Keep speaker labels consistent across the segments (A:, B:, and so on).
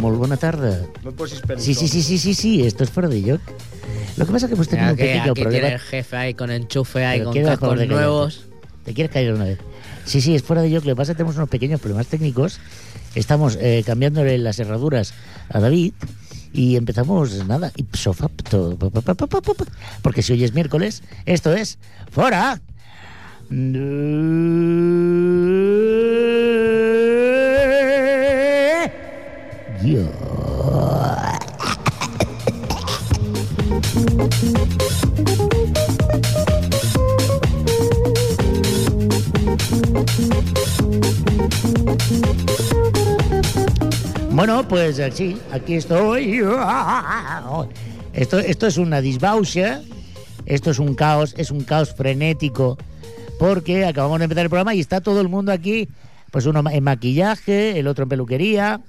A: molt bona tarda.
B: No posis peluso.
A: Sí, sí, sí, sí, sí, sí, esto es fuera de lloc. Lo que pasa es que hemos tenido
C: Mira
A: un
C: que
A: Este pequeño
C: aquí
A: problema.
C: tiene el jefe ahí con enchufe, ahí
A: Pero
C: con
A: queda por
C: cascos
A: de que-
C: nuevos.
A: ¿Te quieres caer una vez? Sí, sí, es fuera de yo. Lo que pasa es que tenemos unos pequeños problemas técnicos. Estamos eh, cambiándole las herraduras a David y empezamos, nada, ipso facto. Pa, pa, pa, pa, pa, pa, pa. Porque si hoy es miércoles, esto es fuera de yo. Bueno, pues eh, sí, aquí estoy. Esto, esto es una disbausia, esto es un caos, es un caos frenético, porque acabamos de empezar el programa y está todo el mundo aquí, pues uno ma- en maquillaje, el otro en peluquería.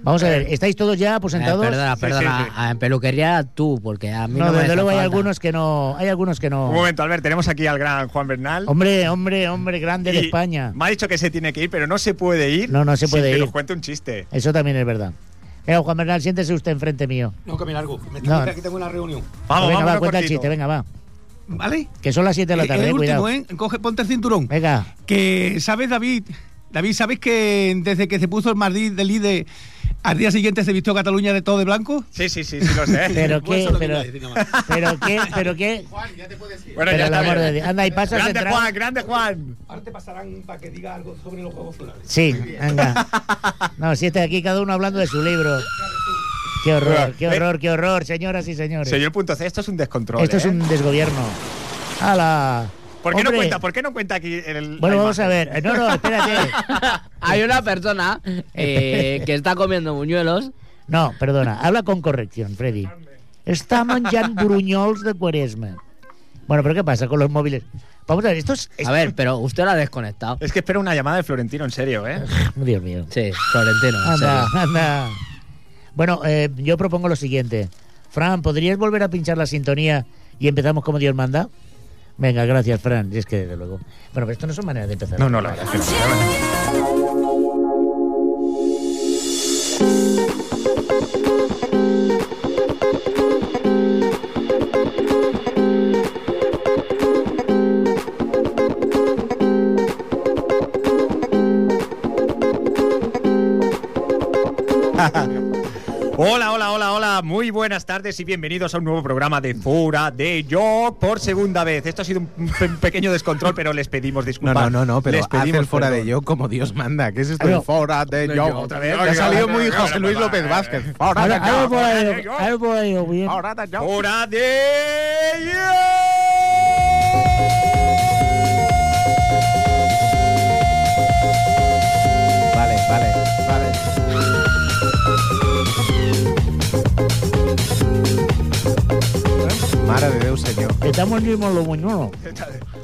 A: Vamos a ver, ¿estáis todos ya pues,
C: Eh,
A: sentados?
C: perdona,
B: Sí,
C: perdona.
B: sí, sí.
C: a- En peluquería tú, porque a mí
A: no,
C: no, me
A: desde
C: hace
A: luego hay
C: falta.
A: algunos que no, hay algunos que no.
B: Un momento, Albert, tenemos aquí al gran Juan Bernal.
A: Hombre, hombre, hombre, grande de
B: Y
A: España.
B: Me ha dicho que se tiene que ir, pero no se puede ir.
A: No, no se puede
B: sin
A: ir.
B: Que nos cuente un chiste.
A: Eso también es verdad. Venga, Juan Bernal, siéntese usted enfrente mío.
D: No, que me largo. Me
A: No.
D: tengo que aquí tengo una reunión.
B: Vamos,
A: venga,
B: vamos,
A: va, cuenta el chiste, venga, va.
D: ¿Vale?
A: Que son las 7 de la
D: Eh,
A: tarde,
D: el
A: eh, cuidado.
D: último, ¿eh? Coge, ponte el cinturón.
A: Venga.
D: Que, ¿sabes, David? David, ¿sabes que desde que se puso el Madrid de líder, al día siguiente se vistió Cataluña de todo de blanco?
B: Sí, sí, sí, sí, lo sé.
A: Pero
D: Pues
A: qué,
D: eso no
A: pero,
D: quería decir nada más.
A: pero qué, pero qué.
B: bueno,
A: Pero
B: ya
A: el
B: está
A: amor
B: bien.
A: de Dios. Anda, y pasas
B: Grande
A: detrás.
B: Juan, grande Juan.
D: Ahora te pasarán para que diga algo sobre los Juegos Florales.
A: Sí, venga. No, siete aquí cada uno hablando de su libro. Qué horror, qué horror, qué horror, señoras y señores.
B: Eh. Señor Punto C, esto es un descontrol.
A: Esto es
B: ¿eh?
A: un desgobierno. ¡Hala!
B: ¿Por qué no
A: Hombre,
B: cuenta? ¿Por qué no cuenta aquí el
A: Bueno,
B: la
A: vamos a
B: imagen?
A: ver. Eh, No, no, espérate.
C: Hay una persona eh, que está comiendo buñuelos.
A: No, perdona, habla con corrección, Freddy. Està menjant brunyols de cuaresma. Bueno, pero ¿qué pasa con los móviles? Vamos a ver, esto es...
C: A ver, pero usted lo ha desconectado.
B: Es que espero una llamada de Florentino, en serio, ¿eh?
A: Dios mío.
C: Sí, Florentino. en
A: Anda,
C: serio.
A: anda. Bueno, eh, yo propongo lo siguiente. Fran, ¿podrías volver a pinchar la sintonía y empezamos como Dios manda? Venga, gracias, Fran. Y es que, desde luego. Bueno, pero esto no son maneras de empezar.
B: No, no, la verdad es que no. Hola, hola, hola, hola. Muy buenas tardes y bienvenidos a un nuevo programa de Fura de Yo por segunda vez. Esto ha sido un pe- pequeño descontrol, pero les pedimos
E: No,
B: disculpas.
E: no, no, no, pero
B: Les
E: haz el
B: pedimos
E: fuera de
B: perdón.
E: yo como Dios manda. ¿Qué es esto?
A: Ah, no.
E: El fuera de yo.
B: otra vez.
E: Te ha salido muy
B: Ahora,
E: José Luis
B: papá,
E: López
B: eh.
E: Vázquez. Fuera
A: Ahora,
E: de
A: ahora
E: yo.
A: por ahí, ahora por ahí, bien.
E: Fuera de yo.
B: Hora de Yo.
E: Vale, vale, vale. Mare de Déu, senyor.
A: Estamos mismo en lo bueno.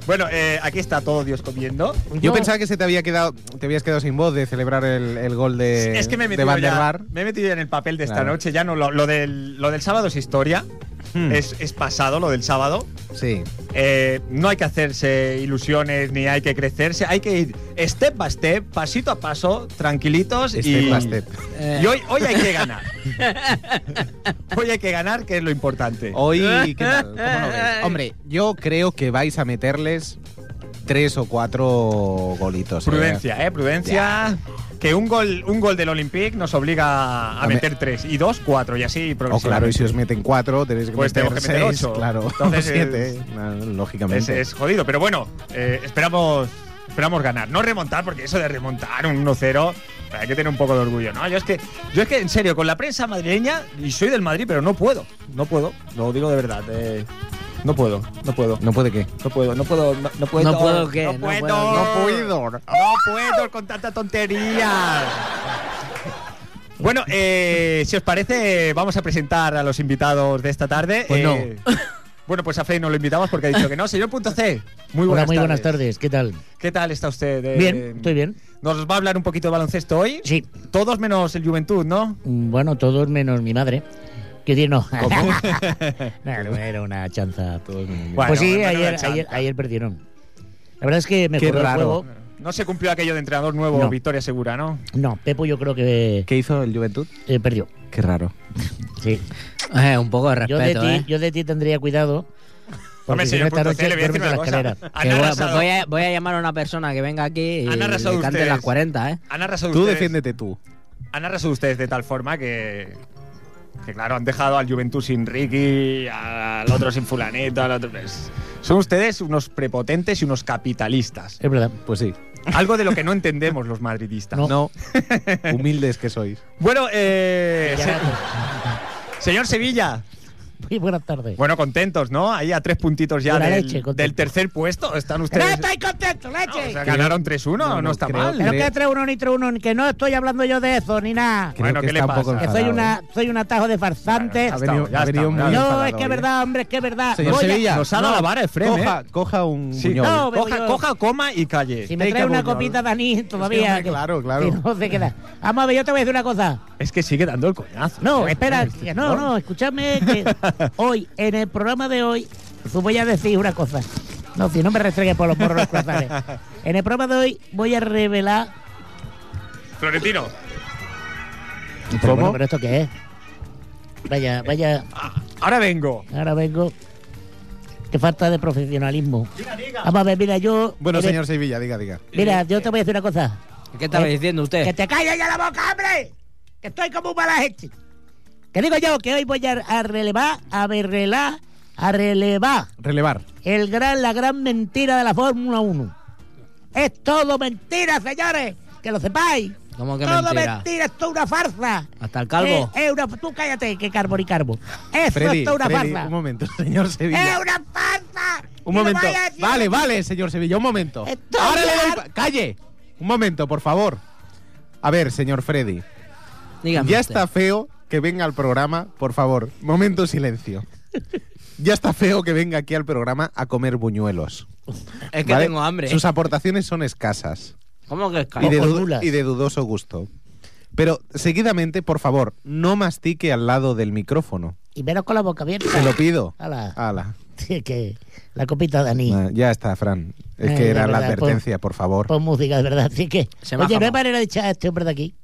B: Bueno, eh, aquí está todo Dios comiendo.
E: Yo pensaba que se te había quedado, te habías quedado sin voz de celebrar el, el gol de,
B: es que me he
E: Eh, de
B: metido,
E: Van der
B: ya,
E: Vaart.
B: me he metido ya en el papel de esta
E: Claro.
B: noche. Ya no, lo, lo del, lo del sábado es historia.
E: Hmm.
B: Es, es pasado lo del sábado.
E: Sí.
B: Eh, no hay que hacerse ilusiones ni hay que crecerse. Hay que ir step by step, pasito a paso, tranquilitos. y,
E: Step by step.
A: Eh,
B: Y hoy, hoy hay que ganar. hoy hay que ganar, que es lo importante.
E: Hoy, ¿qué tal? ¿Cómo lo ves? Hombre, yo creo que vais a meterles tres o cuatro golitos. ¿eh?
B: Prudencia, eh, prudencia. Que un gol, un gol del Olympic nos obliga a
E: A me-
B: meter tres y dos, cuatro y así
E: O Oh, claro, y si
B: progresivamente.
E: os meten cuatro, tenéis que
B: Pues
E: meter,
B: tenemos que meter
E: seis,
B: ocho.
E: claro.
B: Entonces,
E: o siete, claro,
B: es,
E: lógicamente.
B: es jodido, pero bueno, eh, esperamos, esperamos ganar. No remontar, porque eso de remontar un 1-0, hay que tener un poco de orgullo, ¿no? Yo es que, yo es que en serio, con la prensa madrileña, y soy del Madrid, pero no puedo, no puedo, lo digo de verdad. eh, no puedo, no puedo.
E: ¿No puede qué?
B: No puedo, no puedo, no, puedo.
C: No puedo, ¿qué?
B: No
C: No
B: puedo.
C: puedo, ¿qué?
E: No
B: No
E: puedo.
B: puedo con tanta tontería. Bueno, eh, si os parece, vamos a presentar a los invitados de esta tarde.
E: Pues no.
B: Eh, Bueno, pues a Fey no lo invitamos porque ha dicho que no. Señor Punto C, muy
A: Muy
B: buenas,
A: buenas, muy buenas tardes, ¿qué tal?
B: ¿Qué tal está usted? Eh,
A: Bien, estoy bien.
B: ¿Nos va a hablar un poquito de baloncesto hoy?
A: Sí,
B: Todos menos el Juventud, ¿no?
A: Mm, Bueno, todos menos mi madre. Que tiene no. No, no, era una chanza.
E: Todos menos mi
A: pues sí,
B: Bueno, bueno,
A: ayer,
B: una chanza.
A: ayer, ayer perdieron. La verdad es que
E: Qué
A: mejoró el
E: raro.
A: juego.
B: No se cumplió aquello de entrenador nuevo,
A: No.
B: victoria segura, ¿no?
A: No, Pepo yo creo que
E: ¿Qué hizo el Juventud?
A: eh, perdió.
E: Qué raro.
A: Sí.
C: Eh, un poco de
A: Yo de,
C: respeto,
A: ti,
C: eh.
A: yo de ti tendría cuidado.
B: Hombre,
A: Porque si no
B: señor
A: esta
B: Punto
A: noche
B: C, le voy a decir
A: duermes
B: una
A: a la
B: cosa.
A: escalera.
B: Han
C: Que voy, a,
B: arrasado-
C: voy a- voy a llamar a una persona que venga aquí y
B: Han
C: le
B: arrasado
C: cante
B: ustedes.
C: las 40, ¿eh?
B: han arrasado
E: Tú
B: ustedes-
E: defiéndete tú.
B: Han arrasado ustedes de tal forma que. Que claro, han dejado al Juventud sin Ricky, al otro sin Fulanito, al otro. pues, Son ustedes unos prepotentes y unos capitalistas.
A: Es verdad.
E: Pues sí.
B: Algo de lo que no entendemos los madridistas.
A: No.
E: No. Humildes que sois.
B: Bueno, eh,
A: Ya
B: se-
A: rato.
B: señor Sevilla.
A: Muy buenas tardes.
B: Bueno, contentos, ¿no? Ahí a tres puntitos ya
A: Buena
B: del,
A: leche, contento.
B: del tercer puesto. Están ustedes.
A: contento,
B: eh, No, o sea, ganaron 3-1, no,
E: No, no,
B: está
E: creo
B: mal.
A: Pero
E: Creo-
A: que 3-1 ni 3-1, que no estoy hablando yo de eso, ni nada.
E: Creo
B: Bueno,
E: que
B: ¿qué le
E: está un poco
B: pasa?
A: Que
E: enfadado,
A: soy,
E: ¿eh?
A: una, soy una atajo de farsantes.
E: Ha venido,
B: Ya
E: ha
B: está,
E: venido
B: ya
E: muy
B: está.
A: no,
E: enfadado
A: es que es
E: hoy, ¿eh?
A: verdad, hombre, es que es verdad.
E: Señor
A: Voy a-
E: Sevilla,
B: Nos ha dado
E: no,
B: la vara, Efrem,
E: Coja,
B: ¿eh?
E: coja un
B: Sí.
E: buñol.
A: No, pero
B: Coja,
A: yo-
B: coja, coma y calle.
A: Si me
E: Venga,
A: trae una
E: Buñol.
A: copita, Dani, todavía.
E: hombre, claro, claro.
A: que no se queda. Vamos a ver, yo te voy a decir una cosa.
B: Es que sigue dando el coñazo.
A: No,
B: ¿eh?
A: espera, que no, no, escúchame que hoy, en el programa de hoy, os voy a decir una cosa. No, si no me restregues por los morros los cruzares. En el programa de hoy voy a revelar.
B: Florentino.
A: Pero
E: ¿Cómo?
A: bueno, ¿Pero esto qué es? Vaya, vaya,
B: Ah, Ahora vengo.
A: ahora vengo. Qué falta de profesionalismo. Vamos a ver, mira, yo.
E: Bueno,
A: eres-
E: señor Sevilla, diga, diga.
A: Mira, yo te voy a decir una cosa.
C: ¿Qué estaba
A: Eh,
C: diciendo
A: ¡Que
C: usted?
A: te calles ya la boca, hombre! ¡Que estoy como un mala gente! Que digo yo que hoy voy a, a relevar, a verrelar, a relevar
E: Relevar.
A: el gran, la gran mentira de la Fórmula 1. Es todo mentira, señores, que lo sepáis.
C: ¿Cómo que
A: todo
C: mentira?
A: mentira, es toda una farsa.
C: Hasta el calvo.
A: Es, es una, tú cállate, que carbo y carbo. Eso
E: Freddy,
A: es toda una
E: Freddy,
A: farsa.
E: un momento, señor
A: ¡Es
E: Sevilla.
A: una farsa!
E: Un
A: Y lo
E: momento.
A: voy a decir-
E: Vale, vale, señor Sevilla, un momento.
A: Estoy
E: Ahora le doy...
A: harto.
E: pa- ¡Calle! Un momento, por favor. A ver, señor Freddy.
C: Dígame
E: ya
C: usted.
E: está feo que venga al programa, por favor. Momento silencio. Ya está feo que venga aquí al programa a comer buñuelos.
C: Es que
E: ¿vale?
C: tengo hambre.
E: Sus aportaciones son escasas
C: ¿Cómo que es
E: y
C: calvo?
E: de,
A: Ojo,
E: dudo-
A: nulas.
E: y de dudoso gusto. Pero seguidamente, por favor, no mastique al lado del micrófono.
A: Y menos con la boca abierta.
E: Te lo pido.
A: Ala.
E: Ala.
A: Sí, que la copita Dani.
E: Ah, Ya está, Fran. Es
A: Eh,
E: que era
A: de
E: la
A: verdad,
E: advertencia, por favor.
A: Pon música, de verdad. Así que.
C: Se me ha
A: oye, no hay
C: jamado.
A: manera de echar a este hombre de aquí.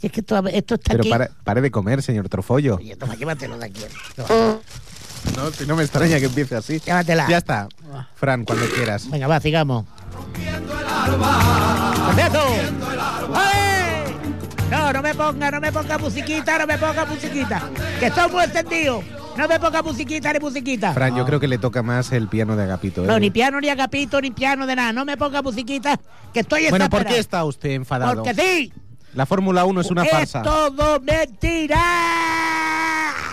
A: Si es que esto, esto está
E: Pero
A: aquí.
E: pare, pare de comer, señor Trofollo.
A: Oye, toma, llévatelo de aquí. Toma,
E: No, si no me extraña que empiece así.
A: llévatela.
E: Ya está. Fran, cuando quieras.
A: Venga, va, sigamos. ¡Contento! ¡Oye! No, no me ponga, no me ponga musiquita, no me ponga musiquita. Que estoy muy encendido. No me ponga musiquita ni musiquita.
E: Fran, yo creo que le toca más el piano de Agapito. ¿eh?
A: Ah. no, ni piano, ni agapito, ni piano de nada. No me ponga musiquita, que estoy
E: Bueno, ¿por
A: exasperado.
E: qué está usted enfadado?
A: Porque sí.
E: La Fórmula 1 es una farsa.
A: todo mentira.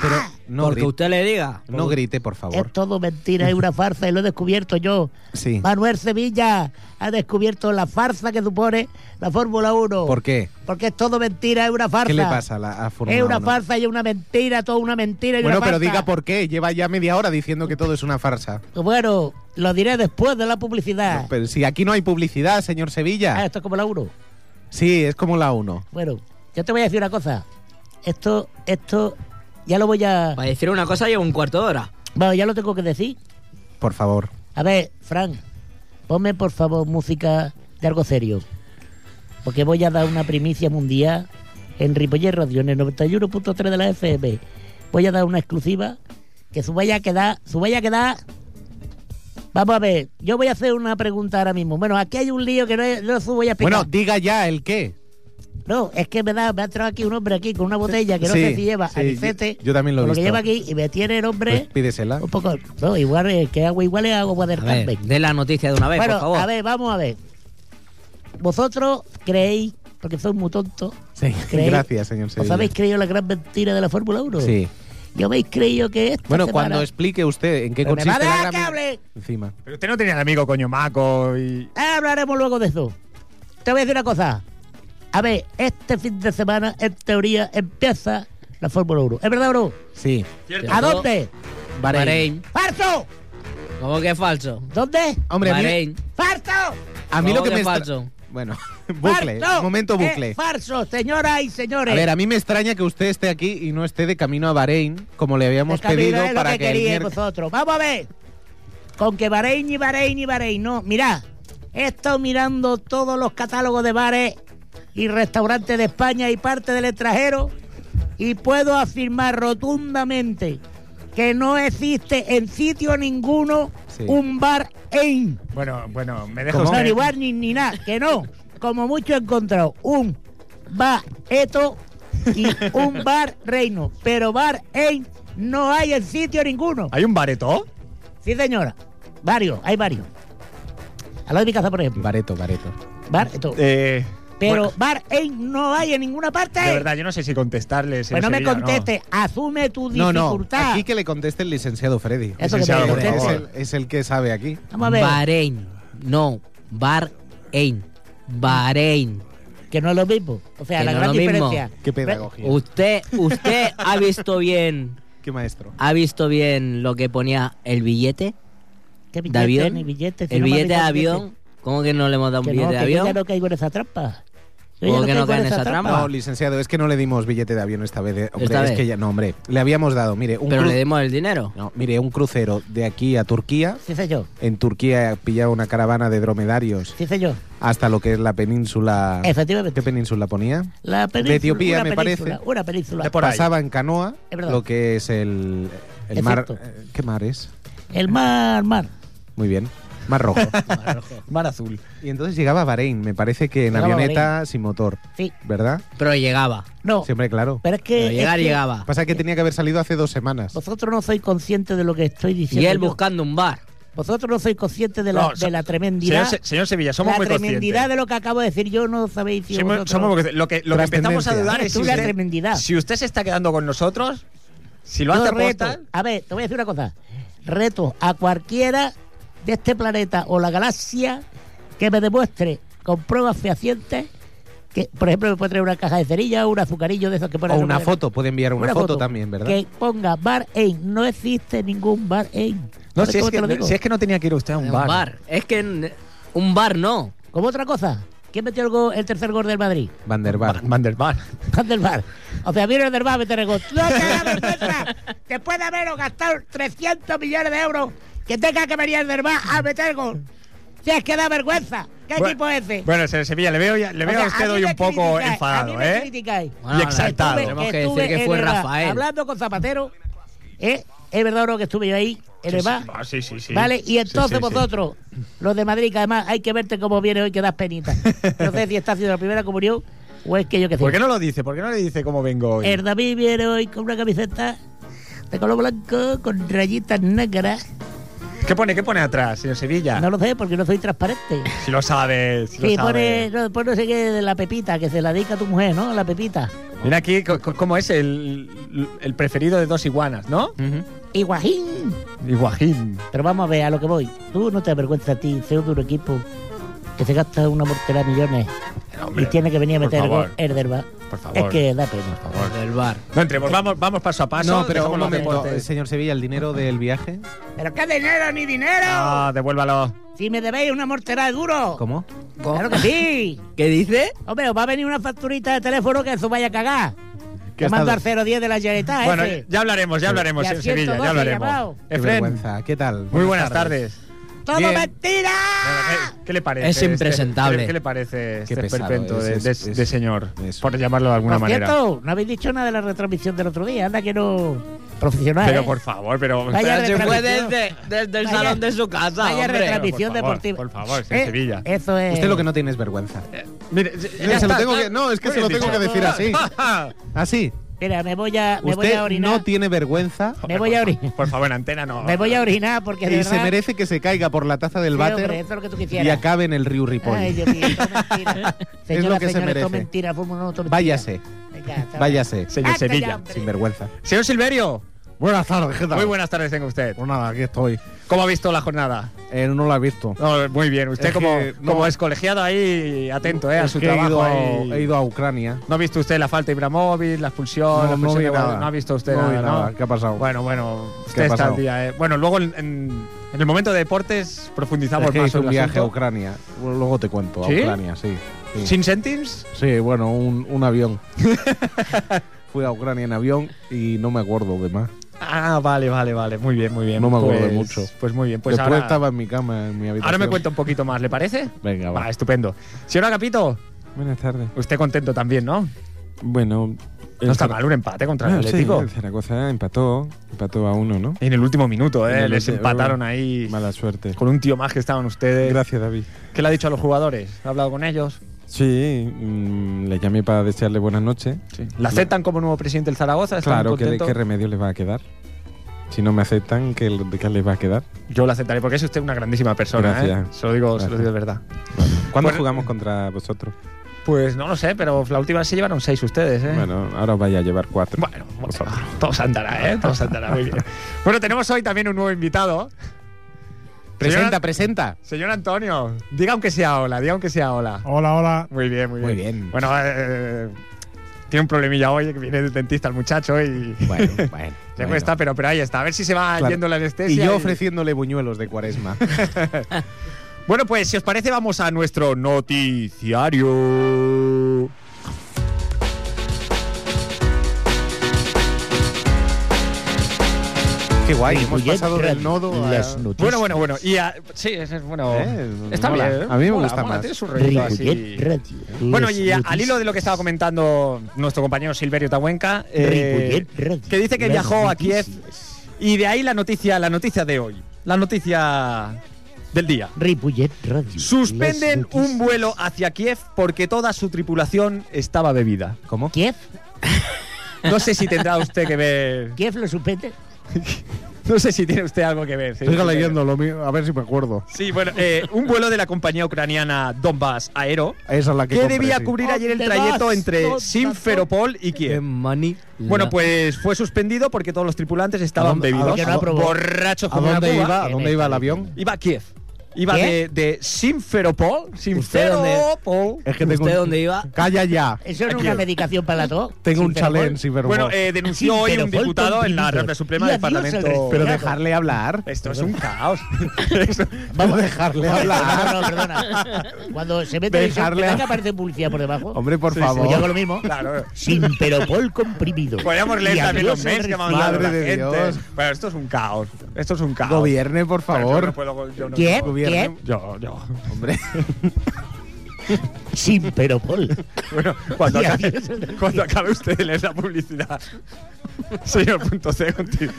E: Pero no,
C: Porque
E: gri-
C: usted le diga.
E: no grite, por favor.
A: Es todo mentira, es una farsa y lo he descubierto yo.
E: Sí.
A: Manuel Sevilla ha descubierto la farsa que supone la Fórmula 1.
E: ¿Por qué?
A: Porque es todo mentira, es una farsa.
E: ¿Qué le pasa a la a Fórmula
A: Es una
E: 1?
A: farsa y una mentira, toda una mentira y
E: Bueno,
A: una
E: pero
A: farsa.
E: diga por qué. Lleva ya media hora diciendo que todo es una farsa.
A: Bueno, lo diré después de la publicidad.
E: Pero si aquí no hay publicidad, señor
A: Ah,
E: Sevilla.
A: esto es como la 1.
E: Sí, es como la 1.
A: Bueno, yo te voy a decir una cosa. Esto, esto, ya lo voy a...
C: Para decir una cosa llevo un cuarto de hora.
A: Bueno, ya lo tengo que decir.
E: Por favor.
A: A ver, Fran, ponme por favor música de algo serio. Porque voy a dar una primicia mundial en Ripoller Radio, en el 91.3 de la FM. Voy a dar una exclusiva que su vaya a quedar, su vaya a quedar. Vamos a ver, yo voy a hacer una pregunta ahora mismo. Bueno, aquí hay un lío que no, es- no os voy a
E: Bueno,
A: explicar.
E: diga ya el qué.
A: no, es que me, da, me ha entrado aquí un hombre aquí con una botella que no
E: Sí,
A: sé si lleva
E: sí,
A: anicete.
E: yo- yo también lo he
A: o que
E: visto.
A: lleva aquí y me tiene el hombre
E: Pues pídesela.
A: un poco. No, igual eh, que agua, igual es agua del
C: A ver,
A: Carmen.
C: dé la noticia de una vez,
A: Bueno,
C: por favor.
A: a ver, vamos a ver. Vosotros creéis, porque sois muy tontos,
E: Sí,
A: ¿Creéis?
E: gracias, señor
A: os
E: Sevilla.
A: habéis creído la gran mentira de la Fórmula 1.
E: Sí.
A: Y habéis creído que esta
E: Bueno,
A: semana-
E: cuando explique usted en qué
A: Pero me va a
E: consiste la
A: dejar
E: gran-
A: que hable.
E: Encima.
B: Pero usted no tenía el amigo coño maco y.
A: Ah, Hablaremos luego de eso. Te voy a decir una cosa. A ver, este fin de semana, en teoría, empieza la Fórmula 1. ¿Es verdad o no?
E: Sí.
C: Cierto.
A: ¿A dónde?
C: Bahrein.
E: Bahrein.
A: ¡Falso!
C: ¿Cómo que es falso?
A: ¿Dónde?
E: Hombre, a mí,
C: Bahrein.
A: ¡Falso!
E: a mí lo
C: ¿Cómo
E: que
C: que
E: me extra-
C: falso?
E: Bueno, bucle,
A: ¡Falso!
E: momento
A: Es
E: bucle.
A: falso, Eh, señoras y señores.
E: A ver, a mí me extraña que usted esté aquí y no esté de camino a Bahrein, como le habíamos
A: Pues Camilo,
E: pedido
A: es lo
E: para
A: que, pues,
E: que, el
A: queríais
E: miérc-
A: vosotros. Vamos a ver. Con que Bahrein y Bahrein y Bahrein, no. Mirá, He estado mirando todos los catálogos de bares y restaurantes de España y parte del extranjero y puedo afirmar rotundamente que no existe en sitio ninguno
E: Sí.
A: un bar en.
B: Bueno, bueno, me dejo
A: O sea,
B: usted.
A: ni bar ni, ni nada, que no. Como mucho he encontrado un bar eto y un bar reino, pero bar en no hay en sitio ninguno.
B: ¿Hay un bareto?
A: Sí, señora. Varios, hay varios. Al lado de mi casa, por ejemplo.
E: Bareto, bareto.
A: Bar eto.
B: Eh,
A: Pero
B: bueno,
A: bar en no hay en ninguna parte.
B: de verdad, yo no sé si contestarles. en
A: Pues no me
B: Sevilla,
A: conteste, asume tu
E: No, no.
A: dificultad.
E: Aquí que le conteste el licenciado Freddy.
A: Eso que
B: Licenciado,
A: te
B: por
E: Porque es,
A: conteste.
B: favor.
E: el, es el que sabe aquí.
A: Vamos a ver,
C: Bahrein. No, Bahrein. Bahrein.
A: que no es lo mismo. O sea,
C: Que
A: la
C: no es
A: gran
C: lo mismo.
A: diferencia.
E: Qué pedagogía.
C: Usted, usted ha visto bien,
E: Qué maestro.
C: ha visto bien lo que ponía el billete,
A: ¿Qué
C: de avión,
A: ni billete, si
C: el
A: no me ha
C: billete de
A: dado
C: avión. ¿Cómo que no le hemos dado un
A: Que no,
C: billete de
A: que yo ya
C: avión?
A: no caigo en esa trampa. Yo
C: ¿Cómo
A: ya
C: que no
A: caigo
C: cae en esa trampa?
E: No, licenciado, es que no le dimos billete de avión esta vez. eh. Hombre,
C: Esta
E: es
C: vez.
E: que ya, no, hombre. Le habíamos dado, mire, un
C: Pero
E: cru-
C: le dimos el dinero.
E: no, mire, un crucero de aquí a Turquía.
A: Sí, sé yo.
E: En Turquía pillaba una caravana de dromedarios
A: Sí, sé yo.
E: hasta lo que es la península. ¿Qué
A: Efectivamente.
E: península ponía?
A: La península,
E: Etiopía,
A: una
E: me
A: península,
E: parece.
A: Una península.
B: De por ahí.
E: Pasaba en canoa
A: Es verdad.
E: lo que es el, el mar.
A: Egipto.
E: eh, ¿Qué mar es?
A: El mar, mar.
E: Muy bien. Mar Rojo.
B: Mar azul.
E: y entonces llegaba a Bahrein, me parece que en
A: Llegaba a
E: avioneta sin motor,
A: Sí.
E: ¿verdad?
C: Pero llegaba.
A: No,
E: Siempre claro.
A: Oh. pero es que...
C: Pero llegar
A: es que
C: llegaba.
E: Pasa que tenía que haber salido hace dos semanas.
A: Vosotros no sois conscientes de lo que estoy diciendo.
C: Y él
A: yo.
C: buscando un bar.
A: Vosotros no sois conscientes de la,
B: No,
A: de
B: so-
A: la
B: Señor,
A: tremendidad...
B: Se- señor Sevilla, somos
A: la
B: muy
A: tremendidad
B: conscientes.
A: de lo que acabo de decir yo no sabéis si
B: Somos-
A: vosotros-
B: somos muy conscientes. lo que, lo que empezamos a
E: Trascendencia.
B: dudar es
A: Es
B: si
A: una
B: usted,
A: tremendidad.
B: si usted se está quedando con nosotros, si lo
A: Yo
B: hace
A: reto-
B: aposta,
A: A ver, te voy a decir una cosa. Reto a cualquiera de este planeta o la galaxia que me demuestre con pruebas fehacientes que, por ejemplo, me puede traer una caja de cerilla o un azucarillo de esos que ponen.
E: O
A: en
E: una
A: de-
E: foto, puede enviar una, foto, también, ¿verdad?
A: Que ponga bar aim. No existe ningún bar aim.
B: No,
A: ¿Sabes
B: si es,
A: cómo te
B: que,
A: lo digo?
B: si es que no tenía que ir usted a un,
C: Un
B: bar.
C: bar. Es que n- un bar no.
A: Como otra cosa. ¿Quién metió el, go- el tercer gol del Madrid?
E: Van der Bar.
B: Van der Bar.
A: Van del Bar. O sea, viene del Bar a meter el gol. ¡No te da vergüenza! Después de haber gastado 300 millones de euros, que tenga que venir del Bar a Ah, meter el gol. Si es que da vergüenza. ¿Qué
B: Bueno,
A: equipo es ese?
B: Bueno, señor Sevilla, le veo, ya- le
A: O
B: veo
A: sea,
B: a usted
A: mí
B: hoy
A: me
B: un poco
A: criticáis, a mí
B: enfadado,
A: me
B: ¿eh?
A: criticáis.
C: Bueno,
B: y
C: la-
B: exaltado.
A: Estuve-
C: Tenemos que
A: estuve
C: decir que
A: en
C: fue
A: el bar
C: Rafael.
A: Hablando con Zapatero, ¿eh? es verdad o no que estuve yo ahí en el bar.
B: Ah, sí, sí, sí.
A: ¿Vale?
B: Sí,
A: Y entonces
B: sí, sí.
A: vosotros, los de Madrid, que además hay que verte cómo viene hoy, que das penita. No sé si está haciendo la primera comunión o es que yo que sé.
B: ¿Por qué no lo dice? ¿Por qué no le dice cómo vengo hoy?
A: El David viene hoy con una camiseta de color blanco con rayitas negras.
B: ¿Qué pone, qué pone atrás, señor Sevilla?
A: No lo sé porque no soy transparente.
B: Si lo sabes, si
A: Sí,
B: lo sabes.
A: pone, no, pone no sé qué de la pepita, que se la dedica a tu mujer, ¿no? La pepita.
B: Mira aquí co- co- cómo es el, el preferido de dos iguanas, ¿no?
E: Ujú.
A: Y guajín.
B: Iguajín.
A: Pero vamos a ver a lo que voy. Tú no te avergüenzas a ti, ser de un equipo que se gasta una mortera de millones y tiene que venir a
B: por
A: meter el
B: favor.
A: gol Erderba.
B: Por favor.
A: Es que da pena.
C: Del bar.
B: No entremos, vamos, vamos paso a paso.
E: No, pero
B: dejamos
E: un
B: los
E: momento,
B: deportes.
E: señor Sevilla, el dinero del viaje.
A: ¡Pero qué dinero, ni dinero!
B: Ah, devuélvalo.
A: Si me debéis una mortera de duro.
E: ¿Cómo?
A: Claro Oh. que sí.
C: ¿Qué dice?
A: Hombre, os va a venir una facturita de teléfono que eso vaya a cagar.
E: ¿Qué ha
A: Que mando al
E: estado?
A: 010 de la ¿eh? Generalitat,
B: Bueno, eh,
A: ese.
B: ya hablaremos, ya hablaremos,
A: Y a
B: en Sevilla, ya
A: 112
B: hablaremos.
A: llamado.
E: Qué
B: Efren,
E: vergüenza. ¿Qué tal?
B: muy buenas tardes.
A: ¡Todo
E: bien.
A: mentira!
B: Bueno, eh, ¿Qué, qué le parece?
C: Es
B: este-
C: impresentable.
B: ¿Qué, qué le parece este
E: pesado,
B: esperpento de,
E: es-
B: de-
E: es-
B: de señor?
E: eso.
B: Por llamarlo de alguna
A: Por
B: manera.
A: cierto, no habéis dicho nada de la retransmisión del otro día. Anda que no... Profesional,
B: Pero
A: ¿eh?
B: por favor, pero.
A: Vaya
B: espera,
A: de
B: se
A: Pero
C: Fue
A: través-
B: puede-
C: desde, desde el
A: Vaya-
C: salón de su casa,
A: Vaya
C: hombre.
A: retransmisión
B: Por favor,
A: deportiva. Eh,
B: por favor, si en Sevilla.
A: Eso es.
E: Usted lo que no tiene es vergüenza.
B: Eh. Mire,
E: se lo tengo que- no, es que
B: muy
E: se lo
B: bien
E: tengo
B: dicho.
E: que decir así. Así.
A: Mira, me voy a, me voy
E: Usted
A: a orinar.
E: no tiene vergüenza
A: Me voy a orinar.
B: Por favor, en antena no.
A: Me voy a orinar porque de
E: y se
A: verdad-
E: merece que se caiga por la taza del
A: Sí, hombre,
E: váter
A: eso es lo que tú
E: y
A: quisieras.
E: acabe en el río
A: Ay,
E: Ripoll.
A: Dios mío, esto es mentira. Señora,
E: lo que
A: señores,
E: se
A: esto
E: merece.
A: es mentira, Fórmula 1, esto es mentira.
E: Váyase,
A: Venga, hasta ahora.
E: váyase,
B: Señor
A: Hasta ya,
B: Sevilla.
A: hombre.
E: sin vergüenza.
B: Señor Silverio,
E: Buenas tardes, ¿qué Pues
B: muy buenas tardes tenga usted.
E: nada, aquí estoy. Eh,
B: ¿Cómo ha visto la jornada?
E: no lo he visto.
B: No, muy bien, usted
E: Es
B: como,
E: que no-
B: como es colegiado ahí, atento eh, a
E: Es
B: su
E: que
B: trabajo.
E: He ido,
B: ahí.
E: a, he ido a Ucrania.
B: ¿No ha visto usted la falta de Ibramovic, la expulsión?
E: No,
B: la
E: no
B: expulsión
E: vi
B: de Guardiola?
E: nada.
B: No ha visto usted
E: No vi
B: nada,
E: nada.
B: ¿no?
E: ¿Qué ha pasado?
B: Bueno, bueno,
E: ¿Qué
B: usted
E: ha
B: está al
E: pasado?
B: día. eh. Bueno, luego en, en- en el momento de deportes profundizamos
E: Es que
B: más
E: hice
B: sobre
E: un
B: el
E: viaje a
B: asunto.
E: Ucrania. Bueno, Luego te cuento. A
B: ¿Sí?
E: Ucrania, sí. Sí,
B: ¿Sin sentims?
E: Sí, bueno, un, un avión. Fui a Ucrania en avión y no me acuerdo de más.
B: Ah, vale, vale, vale. Muy bien, muy bien.
E: No me acuerdo
B: Pues-
E: mucho.
B: Pues muy bien. Pues
E: Después
B: ahora,
E: estaba en mi cama, en mi habitación.
B: ahora me cuenta un poquito más, ¿le parece?
F: Ah,
E: Venga, va.
B: Va, estupendo. Señor Agapito,
F: Buenas tardes.
B: usted contento también, ¿no?
F: Bueno, el
B: No está
F: Zara-
B: mal un empate contra el
F: Bueno, Ah, sí,
B: Atlético.
F: el Zaragoza empató, empató a uno, ¿no?
B: En el último minuto,
F: En
B: ¿eh?
F: el
B: Les
F: último-
B: empataron ahí
F: Mala suerte.
B: con un tío más que estaban ustedes.
F: Gracias, David.
B: ¿Qué le ha dicho a los jugadores? ¿Ha hablado con ellos?
F: Sí, mm, le llamé para desearle buenas noches.
B: ¿La aceptan como nuevo presidente del Zaragoza? ¿Están
F: Claro, ¿qué, le-
B: contentos?
F: ¿qué remedio les va a quedar? Si no me aceptan, ¿qué, le- qué les va a quedar?
B: Yo la aceptaré porque es usted una grandísima persona, ¿eh?
F: Gracias.
B: Se lo digo, se lo
F: Gracias.
B: digo de verdad.
F: ¿Cuándo
B: Pues-
F: jugamos contra vosotros?
B: Pues no lo sé, pero la última vez se llevaron seis ustedes, ¿eh?
F: Bueno, ahora os vais a llevar cuatro.
B: Bueno, bueno,
F: Vosotros.
B: todo se andará, ¿eh? Todo se andará, muy bien. Bueno, tenemos hoy también un nuevo invitado.
E: Presenta,
B: Señora-
E: presenta.
B: Señor Antonio, diga aunque sea hola, diga aunque sea hola.
G: Hola, hola.
B: Muy bien, muy bien.
E: Muy bien.
B: Bueno, eh, tiene un problemilla hoy, que viene del dentista el muchacho y
E: Bueno, bueno.
B: le
E: bueno.
B: cuesta, pero, pero ahí está. A ver si se va
E: Claro.
B: yendo la
E: Y
B: anestesia.
E: yo ofreciéndole buñuelos de cuaresma.
B: Bueno, pues si os parece, vamos a nuestro noticiario.
E: Qué guay,
A: El
E: hemos
A: Bullet
E: pasado del
A: Radio,
E: nodo a...
A: Las noticias.
B: Bueno, bueno, bueno. Y ah, sí, es, es- bueno.
E: Pues Eh,
B: está
E: mola.
B: bien.
E: A mí me
B: mola,
E: gusta
B: mola,
E: más.
B: tiene su rollito así.
A: Ripollet ¿eh? Radio.
B: Bueno,
A: Las
B: y a- al
A: noticias.
B: hilo de lo que estaba comentando nuestro compañero Silverio Tahuenca, eh,
A: Ripollet Radio.
B: que dice que
A: Las
B: viajó a Kiev
A: noticias.
B: y de ahí la noticia, la noticia de hoy, la noticia del día.
A: Ripollet Radio.
B: Suspenden
A: Las
B: un
A: noticias.
B: vuelo hacia Kiev porque toda su tripulación estaba bebida.
E: ¿Cómo?
A: Kiev,
B: No sé si tendrá usted que ver.
A: Kiev lo suspende.
B: No sé si tiene usted algo que ver. señor
E: Sigo
B: Silverio.
E: leyendo lo mío, a ver si me acuerdo.
B: Sí, bueno, eh, un vuelo de la compañía ucraniana Donbass Aero
E: Esa es la que
B: que
E: compré,
B: debía
E: sí.
B: cubrir ayer el
A: ¿Dónde
B: trayecto
A: vas?
B: entre
A: ¿Dónde
B: Simferopol y Kiev.
C: money.
B: Bueno, pues fue suspendido porque todos los tripulantes estaban
E: dónde- a
B: bebidos,
A: dónde- Porque no aprobó. Eh,
B: borrachos
E: ¿A
B: como una
E: dónde
B: cuba.
E: iba? ¿A dónde iba el avión?
B: Iba a Kiev. Iba de,
A: ¿Qué?
B: de Simferopol,
C: dónde?
B: Simferopol.
E: Es que tengo
C: ¿Usted
E: un-
C: dónde iba?
E: Calla ya.
A: Eso
B: Aquí
A: es una
B: va.
A: medicación para la tos.
E: Tengo un
A: Sinferopol.
E: challenge en Cybermob.
B: Bueno, eh, denunció hoy un
A: Sinferopol con
B: diputado en la
A: pimientos.
B: Asamblea Suprema
A: Y
B: del
A: adiós al
B: Parlamento.
A: resfriado.
E: pero dejarle hablar.
B: Esto es un caos.
E: Vamos a dejarle hablar.
A: No, no, perdona. Cuando se mete en
E: Dejarle a-
A: que aparece publicidad por debajo.
E: Hombre, por
B: Sí, sí.
E: favor.
A: Pues yo hago lo mismo.
B: claro.
A: Sin peropol comprimido.
B: Podríamos leer
A: Y
B: también los
A: adiós al
B: mails que me han
A: resfriado.
B: mandado la
E: Madre de
B: gente.
E: Dios.
B: Bueno, esto es un caos. Esto es un caos.
E: Gobierne, por
B: Bueno, yo no
E: favor.
B: puedo- yo no-
A: ¿Qué?
B: yo-
E: Gobierne.
B: Yo, yo.
E: Hombre.
A: Sin peropol.
B: Bueno, cuando
A: Y
B: acabe,
A: adiós al
B: cuando acabe usted de leer la publicidad. Señor punto C contigo.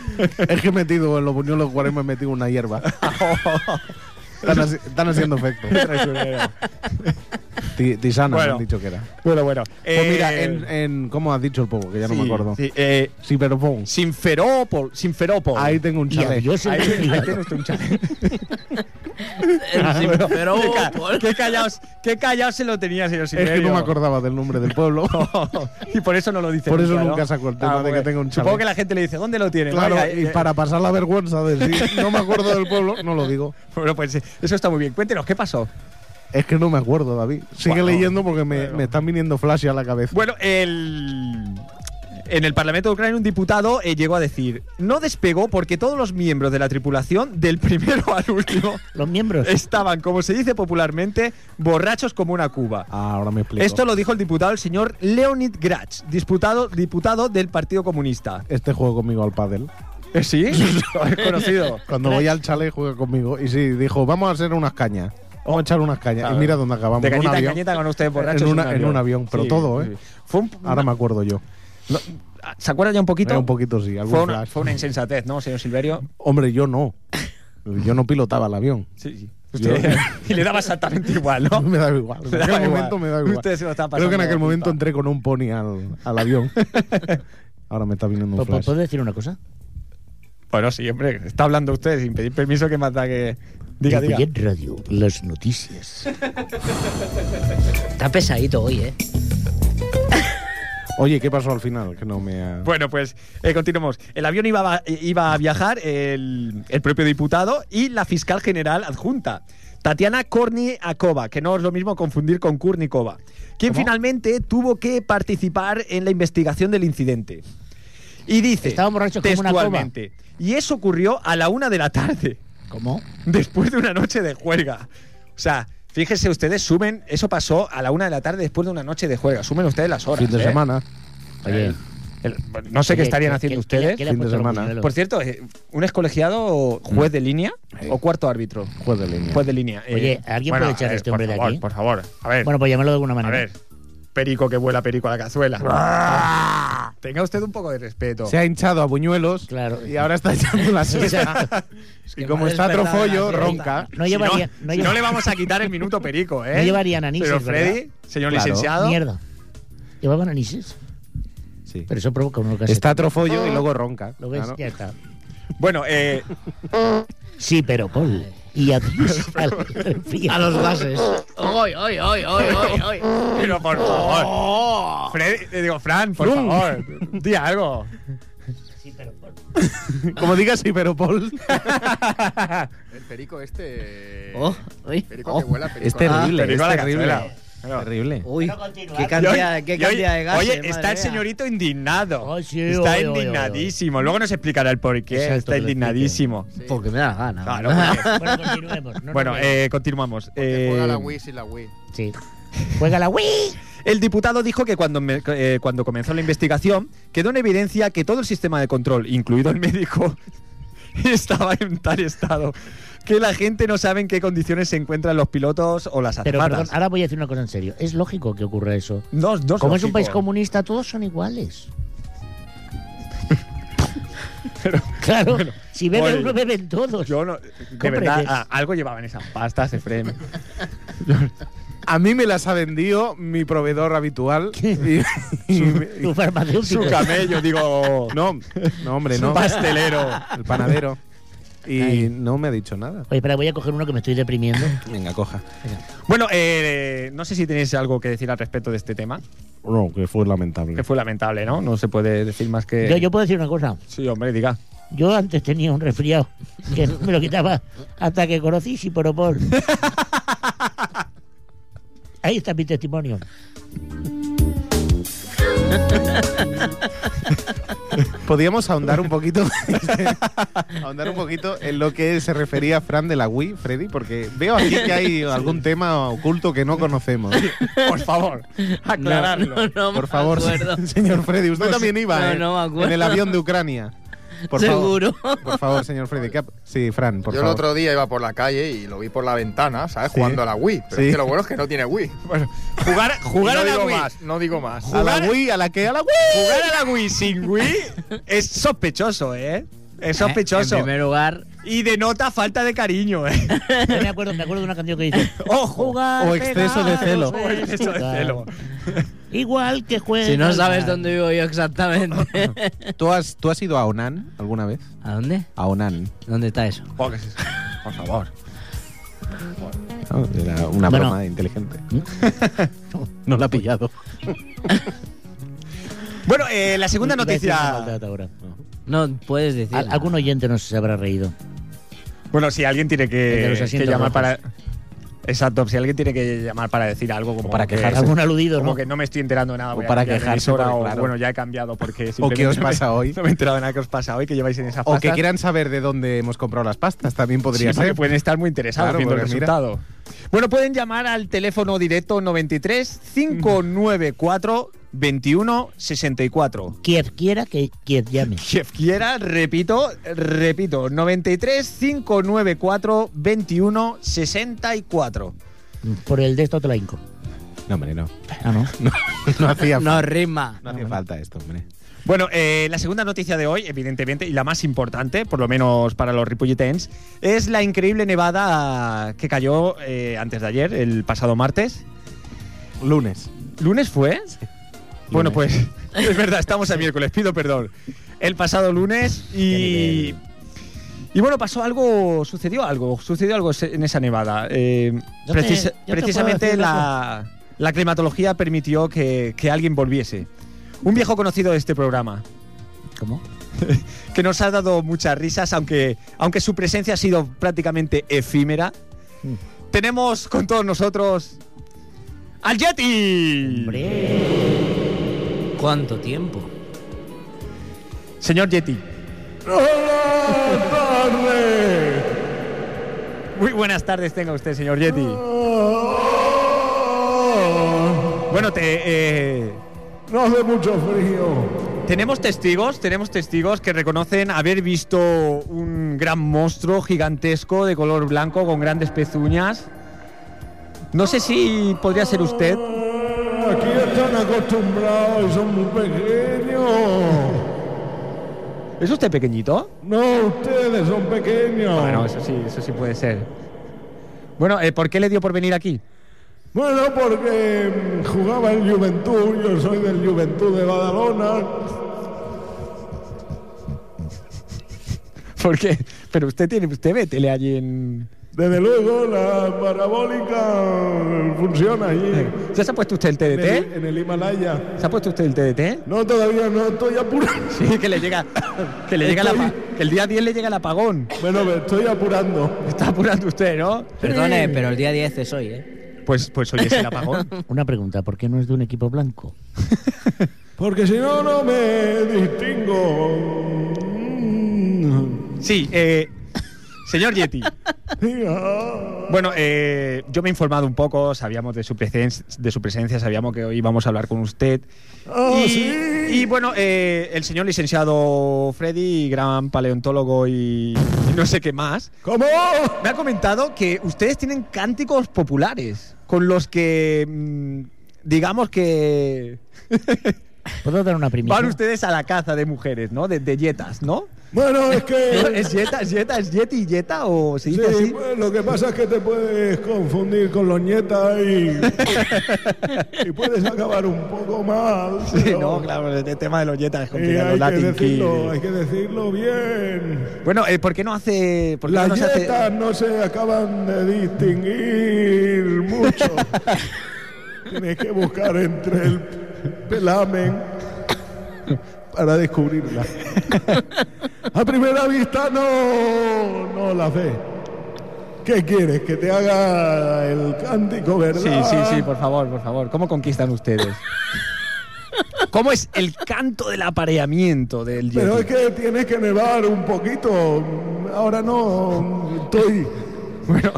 E: Es que he metido en los buñuelos cuaresma he metido una hierba. Están, haci- están haciendo efecto. Ti- Tisana
B: Bueno.
E: me han dicho que era.
B: Bueno, bueno.
E: Pues mira,
B: eh,
E: en, en- ¿cómo has dicho el povo? Que ya no
B: sí,
E: me acuerdo. Sí,
B: sí, eh,
E: pero pon.
B: Sinferopol, Sinferopol.
E: Ahí tengo un
A: Y
E: chale.
A: adiós al
B: Ahí- ahí
A: resfriado.
B: tiene usted un chale.
C: Pero
B: qué, ca- qué callaos, qué callaos se lo tenía, señor
E: Es
B: Silverio.
E: que no me acordaba del nombre del pueblo.
B: y por eso no lo dice.
E: Por eso
B: ¿no?
E: nunca saco el tema de que
B: porque
E: tengo un
B: Supongo
E: chale.
B: que la gente le dice, ¿dónde lo tiene?
E: Claro,
B: Venga,
E: y
B: eh,
E: para pasar la vergüenza de decir no me acuerdo del pueblo, no lo digo.
B: Bueno, pues eh, eso está muy bien. Cuéntenos, ¿qué pasó?
E: Es que no me acuerdo, David. Sigue
B: Bueno,
E: leyendo porque me,
B: bueno.
E: me están viniendo flash a la cabeza.
B: Bueno, el... En el Parlamento de Ucrania un diputado eh, llegó a decir, no despegó porque todos los miembros de la tripulación, del primero al último,
A: Los miembros.
B: estaban, como se dice popularmente, borrachos como una cuba.
E: Ah, ahora me explico.
B: Esto lo dijo el diputado, el señor Leonid Gratz, diputado, diputado del Partido Comunista.
E: Este juego conmigo al pádel.
B: Eh, ¿Sí? ¿Lo habéis conocido?
E: Cuando voy al chalet juega conmigo y sí, dijo, vamos a hacer unas cañas. Vamos a echar unas cañas.
B: Claro.
E: Y mira dónde acabamos.
B: De
E: en un
B: cañita en
E: avión.
B: cañita con ustedes borrachos.
E: En una- en un avión, pero todo, ¿eh?
B: Fue un-
E: Ahora me acuerdo yo.
B: no, ¿Se acuerda ya un poquito?
E: Era un poquito sí, algún
B: Fue una,
E: flash.
B: fue una insensatez, ¿no, señor Silverio?
E: Hombre, yo no. Yo no pilotaba el avión.
B: Sí, sí. Usted- y le daba exactamente igual, ¿no?
E: Me daba igual. En
B: Le daba
E: aquel
B: igual.
E: momento me daba igual.
B: Usted se lo estaba
E: Creo que en
B: pasando
E: aquel
B: pipa.
E: momento entré con un pony al, al avión. Ahora me está viniendo
A: ¿Puedo
E: un flash.
A: puedo decir una cosa?
B: Bueno, sí, hombre, está hablando usted sin pedir permiso que más da que. Diga, diga.
A: Ripollet Radio. Las noticias.
C: Está pesadito hoy, ¿eh?
E: Oye, ¿qué pasó al final? Que no me ha...
B: Bueno, pues eh, continuamos. El avión iba a, iba a viajar el, el propio diputado y la fiscal general adjunta, Tatiana Kornikova, que no es lo mismo confundir con Kurnikova, quien finalmente tuvo que participar en la investigación del incidente. Y dice,
A: Estaban borrachos como una coba.
B: textualmente, y eso ocurrió a la una de la tarde,
A: ¿Cómo?
B: después de una noche de juerga. O sea, fíjense ustedes, sumen, eso pasó a la una de la tarde después de una noche de juerga, sumen ustedes las horas.
E: fin de
B: ¿eh?
E: semana.
A: Oye,
B: El- no sé qué estarían haciendo ustedes.
A: ¿Qué le
E: fin
A: han
E: de
A: puesto los
E: semana.
A: buñuelos?
B: Por cierto, eh, ¿un ex colegiado juez de línea o cuarto árbitro?
E: Juez de línea.
B: Juez de línea. eh,
A: Oye, ¿alguien puede echar a
B: ver,
A: este
B: por
A: hombre de
B: favor,
A: aquí?
B: Por favor, a ver,
A: Bueno, pues llamarlo de alguna
B: a
A: manera.
B: ver. Perico que vuela perico a la
A: Ah.
B: cazuela. Tenga usted un poco de respeto.
E: Se ha hinchado a buñuelos
A: Claro.
E: y ahora está echando la
A: Exacto.
E: suya. y como está trofollo, ronca.
A: No
B: Si
A: llevaría.
B: si
A: no lleva-
B: le vamos a quitar el minuto perico, ¿eh?
A: No llevarían anises,
B: Pero
A: ¿verdad?
B: Freddy, señor
E: Claro.
B: licenciado.
A: Mierda. ¿Llevaban anises?
E: Sí.
A: Pero eso provoca un orgasmo.
E: Está trofollo y luego ronca.
A: ¿Lo ves?
E: Claro.
A: Ya está.
B: Bueno, eh,
A: Sí, pero Paul. Y adiós al
C: A los gases. ¡Oy, oy, oy, oy, oy, oy!
B: pero por favor. Freddy, le digo, Fran, por favor, di algo.
A: Sí, pero Paul.
E: Como digas, sí, pero Paul.
G: El perico este.
C: ¡Oh! ¡Uy!
G: Perico que
C: Oh,
G: vuela, perico.
E: Es terrible,
B: Perico Ah. a la
E: es terrible.
B: cazuela.
E: Terrible.
C: uy.
A: Pero continúa.
C: ¡Qué
B: Y hoy-
C: cantidad, qué
B: y hoy-
C: cantidad de gases!
B: Oye, está
C: madre
B: el
C: mía.
B: señorito indignado.
A: Ay, sí,
B: está
A: oy, oy, oy, oy.
B: indignadísimo. Luego nos explicará el porqué.
A: Exacto,
B: está
A: que lo
B: indignadísimo.
C: Porque me da la gana.
B: Claro,
C: hombre.
B: porque-
A: Bueno, continuemos. No nos
B: bueno,
A: vayamos.
B: eh, continuamos.
G: Que
B: Eh,
G: juega la Wii sin la Wii.
A: Sí. Juega la Wii.
B: El diputado dijo que cuando, me- eh, cuando comenzó la investigación quedó en evidencia que todo el sistema de control, incluido el médico, estaba en tal estado que la gente no sabe en qué condiciones se encuentran los pilotos o las
A: Pero perdón,
B: azafatas.
A: ahora voy a decir una cosa en serio. Es lógico que ocurra eso.
B: No- no
A: Como es un
B: lógico.
A: país comunista, todos son iguales. claro, si bebe
B: oye,
A: uno, beben todos.
B: Yo no, de
A: Compre
B: verdad,
A: yes.
B: a- algo llevaban esas pastas, Efraín.
E: A mí me las ha vendido mi proveedor habitual. y- y me- y-
A: Tu farmacéutico.
B: Su camello, digo.
E: no, no, hombre,
B: Su
E: no.
B: pastelero.
E: El panadero. Y
A: Ay.
E: no me ha dicho nada.
A: Oye, espera, voy a coger uno que me estoy deprimiendo.
E: Venga, coja.
B: Bueno, eh, no sé si tenéis algo que decir al respecto de este tema,
E: No, que fue lamentable.
B: que fue lamentable, ¿no? No se puede decir más que.
A: Yo, yo puedo decir una cosa.
B: Sí, hombre, diga.
A: Yo antes tenía un resfriado que no me lo quitaba hasta que conocí Siporopol. Ahí está mi testimonio.
E: Podíamos ahondar un poquito ahondar un poquito en lo que se refería Fran de la Wii, Freddy, porque veo aquí que hay algún tema oculto que no conocemos.
B: Por favor, aclararlo.
C: No, no me
E: Por favor,
C: acuerdo.
E: señor Freddy, usted también iba
C: no,
E: ¿eh?
C: no me acuerdo.
E: en el avión de Ucrania. Por
C: Seguro.
E: Favor, por favor, señor Freddy. ¿qué ha- Sí, Fran, por
G: Yo el
E: favor.
G: otro día iba por la calle y lo vi por la ventana, ¿sabes? Jugando a la Wii. Pero
E: Sí.
G: es que lo bueno es que no tiene Wii.
B: Bueno, jugar, jugar
G: no
B: a la
G: digo
B: Wii.
G: más, no digo más.
E: A
B: jugar-
E: la Wii, a la que a la Wii.
B: Jugar a la Wii sin Wii es sospechoso, ¿eh? Es sospechoso.
C: Eh, En primer lugar,
B: Y denota falta de cariño, ¿eh?
A: Yo me acuerdo, me acuerdo de una canción que dice
B: Ojo.
A: jugar
E: o exceso de celo.
A: Pegasus es
B: Eso de
A: jugar".
B: celo.
A: Igual que juega.
C: si no sabes dónde vivo yo exactamente.
E: ¿Tú has, ¿Tú has ido a Onan alguna vez?
C: ¿A dónde?
E: A Onan.
C: ¿Dónde está eso?
B: Oh, ¿qué es eso? Por favor.
E: Ah, Era una
A: Bueno.
E: broma inteligente. no la ha pillado.
B: Bueno, eh, la segunda
A: Iba a decir una
B: noticia.
A: maldad ahora.
C: No puedes decir.
A: Al- algún oyente nos se habrá reído.
B: Bueno, si alguien tiene
A: El de
B: que,
A: los
B: que
A: asientos
B: llamar para.
A: rojos.
B: Exacto, si alguien tiene que llamar para decir algo como
E: O para
B: que-
E: quejarse.
A: Algún aludido,
B: Como
A: ¿no?
B: que no me estoy enterando de nada.
E: O
B: voy a
E: para
B: cambiar de
E: quejarse,
B: emisora,
E: porque,
B: o,
E: claro.
B: Bueno, ya he cambiado porque.
E: ¿O qué os
B: simplemente
E: pasa hoy?
B: No me he enterado de nada que os pasa hoy, que lleváis en esa
E: O que
B: pasta.
E: quieran saber de dónde hemos comprado las pastas, también podría
B: Sí, porque
E: ser.
B: pueden estar muy interesados
E: Claro,
B: viendo el
E: porque mira.
B: resultado. Bueno, pueden llamar al teléfono directo 93 594 21 64.
A: Quien quiera que quien llame.
B: Quien quiera, repito, repito, 93 594 21 64.
A: Por el de esto te la hinco.
E: No, hombre, no.
A: Ah, ¿no?
E: No hacía,
C: No rima.
E: no hacía falta esto, hombre.
B: Bueno, eh, la segunda noticia de hoy, evidentemente, y la más importante, por lo menos para los ripullitens, es la increíble nevada que cayó eh, antes de ayer, el pasado martes.
E: Lunes.
B: ¿Lunes fue? Bueno, pues
E: Lunes.
B: es verdad, estamos a miércoles, pido perdón. El pasado lunes y...
A: nivel.
B: Y bueno, pasó algo, sucedió algo, sucedió algo se- en esa nevada. Eh,
A: Yo te-
B: precis-
A: yo te puedo
B: precisamente
A: decir
B: la, la climatología permitió que, que alguien volviese. Un viejo conocido de este programa,
A: ¿Cómo?
B: que nos ha dado muchas risas, aunque, aunque su presencia ha sido prácticamente efímera.
A: Mm.
B: Tenemos con todos nosotros al Yeti.
A: Hombre.
C: ¿Cuánto tiempo?
B: Señor Yeti. Muy buenas tardes tenga usted, señor Yeti. Bueno, te... eh,
H: No hace mucho frío.
B: Tenemos testigos, tenemos testigos que reconocen haber visto un gran monstruo gigantesco de color blanco con grandes pezuñas. No sé si podría ser usted.
H: Aquí están acostumbrados, son muy pequeños.
B: ¿Es usted pequeñito?
H: No, ustedes son pequeños.
B: Bueno, eso sí, eso sí puede ser. Bueno, eh, ¿por qué le dio por venir aquí?
H: Bueno, porque mm, jugaba en Juventud, yo soy del Juventud de Badalona.
B: ¿Por qué? Pero usted tiene, usted ve tele allí en.
H: Desde luego la parabólica funciona allí.
B: Eh, ¿Ya se ha puesto usted el
H: En el,
B: TDT?
H: en el Himalaya.
B: ¿Se ha puesto usted el TDT?
H: No, todavía no estoy apurando.
B: Sí, que le llega, que le llega la, pa- que el día 10 le llega el apagón.
H: Bueno, me estoy apurando.
B: Está apurando usted, ¿no?
C: Perdone, pero el día 10 es hoy, ¿eh?
B: Pues, pues hoy es el apagón.
A: Una pregunta, ¿por qué no es de un equipo blanco?
H: Porque si no, no me distingo. Mm.
B: Sí, eh, señor Yeti.
H: Diga.
B: Bueno, eh, yo me he informado un poco, sabíamos de su, presen- de su presencia, sabíamos que hoy íbamos a hablar con usted.
H: Ah,
B: y,
H: sí.
B: y, bueno, eh, el señor licenciado Freddy, gran paleontólogo y, y no sé qué más,
H: ¿Cómo?
B: me ha comentado que ustedes tienen cánticos populares con los que, mm, digamos que,
A: ¿Puedo dar una primicia?
B: van ustedes a la caza de mujeres, ¿no? De, de yetas, ¿no?
H: Bueno, es que.
B: ¿Es yeta, es yeta, es yeti y yeta o se
H: Sí,
B: dice así?
H: pues, lo que pasa es que te puedes confundir con los nietas y, y puedes acabar un poco mal.
B: Sí,
H: pero-
B: no, claro, el tema de los yetas es
H: Y
B: complicado.
H: Eh, hay, que
B: Latin
H: decirlo,
B: King.
H: hay que decirlo bien.
B: Bueno, eh, ¿por qué no hace.? por qué
H: Las
B: no se hace-
H: yetas no se acaban de distinguir mucho. Tienes que buscar entre el pelamen para descubrirla. A primera vista no, no la ve. ¿Qué quieres? ¿Que te haga el cántico, verdad?
B: Sí, sí, sí, por favor, por favor. ¿Cómo conquistan ustedes? ¿Cómo es el canto del apareamiento del yeti?
H: Pero es que tienes que nevar un poquito. Ahora no estoy.
B: Bueno,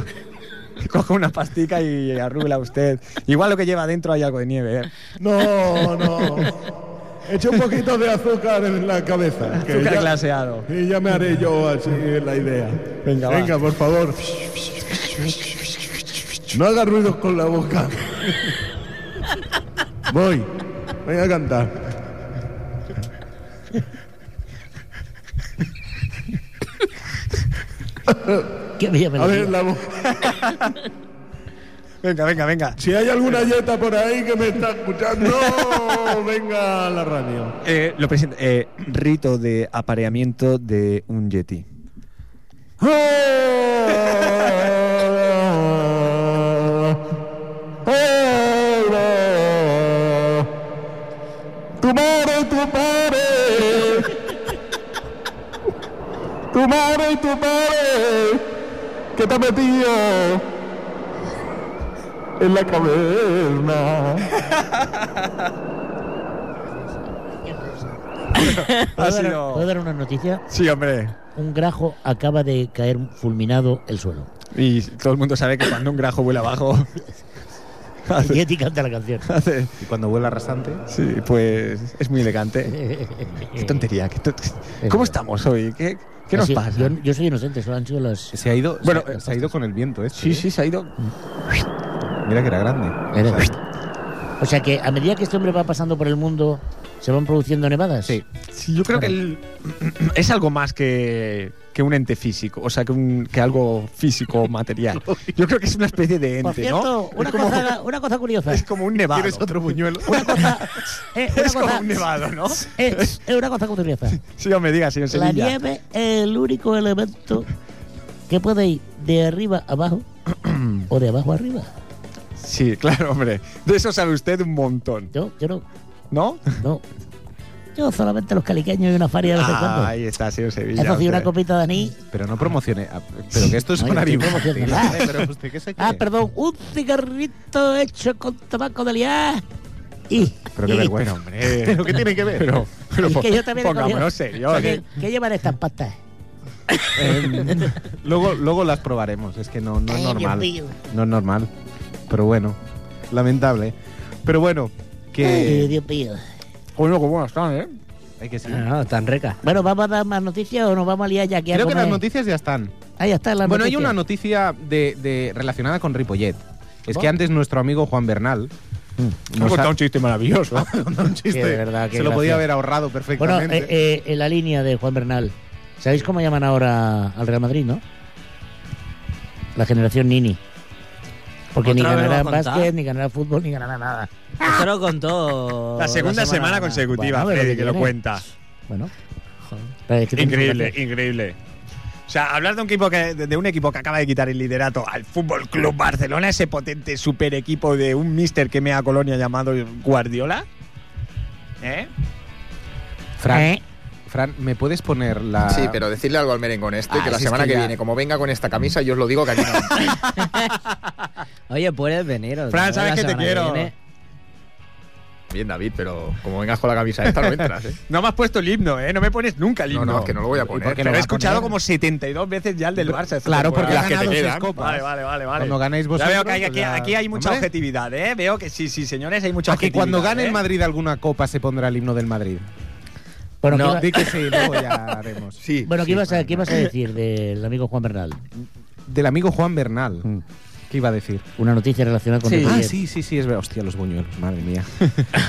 B: coge una pastica y arrugla usted. Igual lo que lleva adentro hay algo de nieve. ¿eh?
H: No, no. Eché un poquito de azúcar en la cabeza. que
B: Azúcar
H: ya-
B: glaseado.
H: Y ya me haré yo así la idea.
B: Venga, va.
H: por favor. No haga ruidos con la boca. Voy. Voy a cantar.
A: Qué bella
H: A
A: melodía.
H: ver, la voz.
B: Venga, venga, venga.
H: Si hay alguna yeta por ahí que me está escuchando, venga a la radio.
B: Eh, lo presento. eh, rito de apareamiento de un yeti.
H: Tu madre, tu padre. Tu madre y tu padre. Que te ha metido en la caverna.
B: Ha
A: ¿Puedo, dar, puedo
B: sido.
A: dar una noticia?
B: Sí, hombre.
A: Un grajo acaba de caer fulminado el suelo.
B: Y todo el mundo sabe que cuando un grajo vuela abajo.
A: Y Yeti canta la canción.
B: hace-
E: Y cuando vuela rasante.
B: Sí, pues es muy
A: Eh,
B: elegante. Qué tontería. qué ton- ¿Cómo estamos hoy? ¿Qué, qué nos
A: Así,
B: pasa?
A: Yo, yo soy inocente, solo han sido las...
E: Se ha ido.
B: Bueno,
E: se, ha- se ha ido con el viento, este,
B: Sí,
E: ¿eh?
B: sí, se ha ido.
A: Mm,
E: Mira que era grande.
A: Era- O sea que a medida que este hombre va pasando por el mundo, ¿se van produciendo nevadas?
E: Sí.
B: Sí, yo creo que el- es algo más que, que un ente físico, o sea, que, un- que algo físico material. Yo creo que es una especie de
A: Por
B: ente,
A: cierto,
B: ¿no?
A: una,
B: es, como,
A: cosa, una cosa curiosa.
B: es como un nevado.
E: ¿Quieres otro buñuelo?
A: Una cosa... eh, una
B: Es como
A: cosa-
B: un nevado, ¿no?
A: eh, eh, una cosa curiosa.
E: pues,
B: Sí, me diga, señor
A: La
B: Sevilla.
A: nieve es el único elemento que puede ir de arriba a abajo o de abajo a arriba.
B: Sí, claro, hombre. De eso sabe usted un montón,
A: Yo, yo no,
B: ¿no?
A: no. Yo solamente los caliqueños y una faria de no sé
B: Ah,
A: cuándo.
B: ahí está, señor Sevilla.
A: Eso sí, una
B: usted.
A: copita de anís.
E: Pero no promocione. ah, Pero que esto es
A: No, yo
E: una
A: estoy
E: viva.
A: promocionando nada.
E: Pero usted qué se cree?
A: Ah, perdón, un cigarrito hecho con tabaco de liar. Y,
E: Pero qué
A: y-
E: vergüenza.
B: Hombre.
E: ¿Pero qué tiene que ver?
B: Pero, pero
A: y
B: po-
A: que yo también he comido.
B: pongámonos
A: O
B: serios.
A: sea, ¿qué, qué llevan estas pastas?
E: Eh, luego, luego las probaremos. Es que no, no es
A: em, Ay, Dios
E: normal.
A: mío.
E: No es normal. Pero bueno, lamentable. Pero bueno,
A: Ay,
E: que.
A: Dios mío.
B: Coño, qué buenas están, ¿eh?
E: Es que sí.
C: No, no, tan reca.
A: Bueno, ¿vamos a dar más noticias o nos vamos a liar ya aquí a
E: Creo que
A: comer?
E: las noticias ya están.
A: Ahí está la
E: Bueno, hay una noticia de, de- relacionada con Ripollet. Es que antes nuestro amigo Juan Bernal
B: Me ha
E: nos ha-
B: contado un chiste maravilloso.
E: contado un chiste.
A: Sí, de verdad, Mm. qué
E: Se lo podía
A: gracia.
E: haber ahorrado
A: Bueno,
E: perfectamente.
A: eh, eh, en la línea de Juan Bernal. ¿Sabéis cómo llaman ahora al Real Madrid, no? La generación Nini. Porque ni
C: ¿Otra vez lo
A: ganará
C: va a contar?
A: básquet, ni ganará fútbol, ni ganará nada.
C: Eso lo contó.
B: La segunda semana consecutiva,
A: Bueno, pero
B: Freddy,
A: que
B: que lo
A: tiene.
B: cuenta.
A: Bueno. Pero es que tiene
B: Increíble,
A: que-
B: increíble. O sea, hablar de un equipo que de de un equipo que acaba de quitar el liderato al Fútbol Club Barcelona, ese potente super equipo de un mister que me ha colonia llamado Guardiola. ¿Eh?
E: Fran,
A: ¿Eh?
E: Fran, ¿me puedes poner la.
G: Sí, pero decirle algo al merengón este,
E: Ah,
G: que la
E: si es
G: semana
E: que
G: que,
E: ya-
G: viene, como venga con esta camisa, yo os lo digo que aquí no.
C: Oye, puedes venir. otra
B: Fran,
C: vez
B: sabes
C: la
B: que te
C: semana
B: quiero.
C: viene.
G: Bien, David, pero como vengas con la camisa esta, no entras, ¿eh?
B: No me has puesto el himno, ¿eh? No me pones nunca el
G: No,
B: himno.
G: no, es que no lo voy a poner.
B: Pero he escuchado como 72 veces ya el del Barça. esta
E: Claro, porque
B: temporada.
E: las que te quedan.
B: Vale, vale, vale, vale.
E: Cuando ganéis
B: Ya
E: vosotros.
B: veo que hay, aquí,
E: pues ya-
B: aquí hay mucha
E: Hombre,
B: objetividad, ¿eh? Veo que sí, sí, señores, hay mucha
E: a que
B: objetividad.
E: cuando gane
B: ¿eh?
E: el Madrid alguna copa se pondrá el himno del Madrid.
A: Bueno, ¿qué,
E: No,
A: iba-
E: di que sí, luego ya haremos.
G: Sí.
A: bueno, ¿qué ibas, a,
E: Fran.
A: qué ibas a decir del amigo Juan Bernal?
E: Del amigo Juan Bernal.
A: Mm.
E: ¿Qué iba a decir?
A: Una noticia relacionada con
C: Sí.
A: el
E: Ah,
A: Madrid.
E: sí, sí, sí, es verdad. Hostia, los buñuelos, madre mía.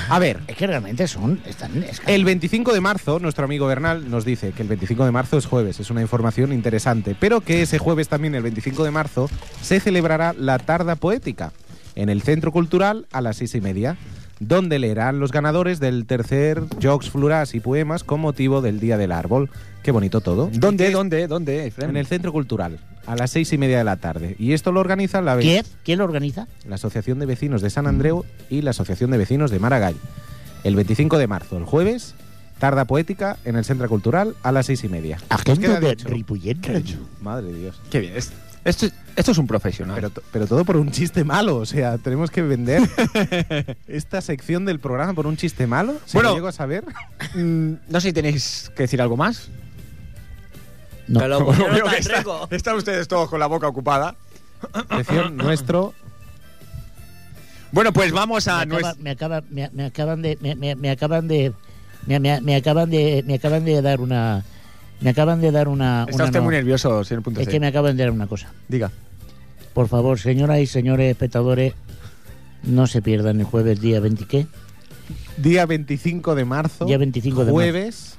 E: A ver,
A: Es que realmente son. Están, es que-
E: El 25 de marzo, nuestro amigo Bernal nos dice que el 25 de marzo es jueves, es una información interesante, pero que ese jueves también, el 25 de marzo, se celebrará la Tarda Poética en el Centro Cultural a las seis y media, donde leerán los ganadores del tercer Jocs Florals y Poemas con motivo del Día del Árbol. Qué bonito todo.
B: ¿Dónde, dónde, dónde, Fran?
E: En el Centro Cultural, a las seis y media de la tarde. Y esto lo organiza la,
A: ¿Quién? ¿Quién lo organiza?
E: la Asociación de Vecinos de San Andreu y la Asociación de Vecinos de Maragall. El 25 de marzo, el jueves, tarda poética en el Centro Cultural a las seis y media.
A: Agente
E: queda
A: de
E: dicho.
A: Ripollet.
E: Madre de Dios.
B: Qué bien. es- Esto, esto es un profesional.
E: Pero, to- pero todo por un chiste malo, o sea, tenemos que vender esta sección del programa por un chiste malo. Si
B: Bueno.
E: lo llego a saber,
B: Mm, no sé si tenéis que decir algo más.
A: No.
C: Pero lo
B: Veo
C: pusieron
B: que
C: tan
B: está-
C: rico.
B: están ustedes todos con la boca ocupada.
E: sección nuestro.
B: Bueno, pues vamos a
A: me, acaba-
B: nues-
A: me acaba- me- me acaban de me, me- me acaban de me, me- me acaban de me acaban de dar una me acaban de dar una,
B: Está
A: una
B: usted
A: no-
B: muy nervioso, señor Punto
A: es
B: C.
A: que me acaban de dar una cosa
B: Diga.
A: por favor señoras y señores espectadores no se pierdan el jueves día 20 qué
E: Día 25 de marzo.
A: Día 25 de marzo.
E: Jueves.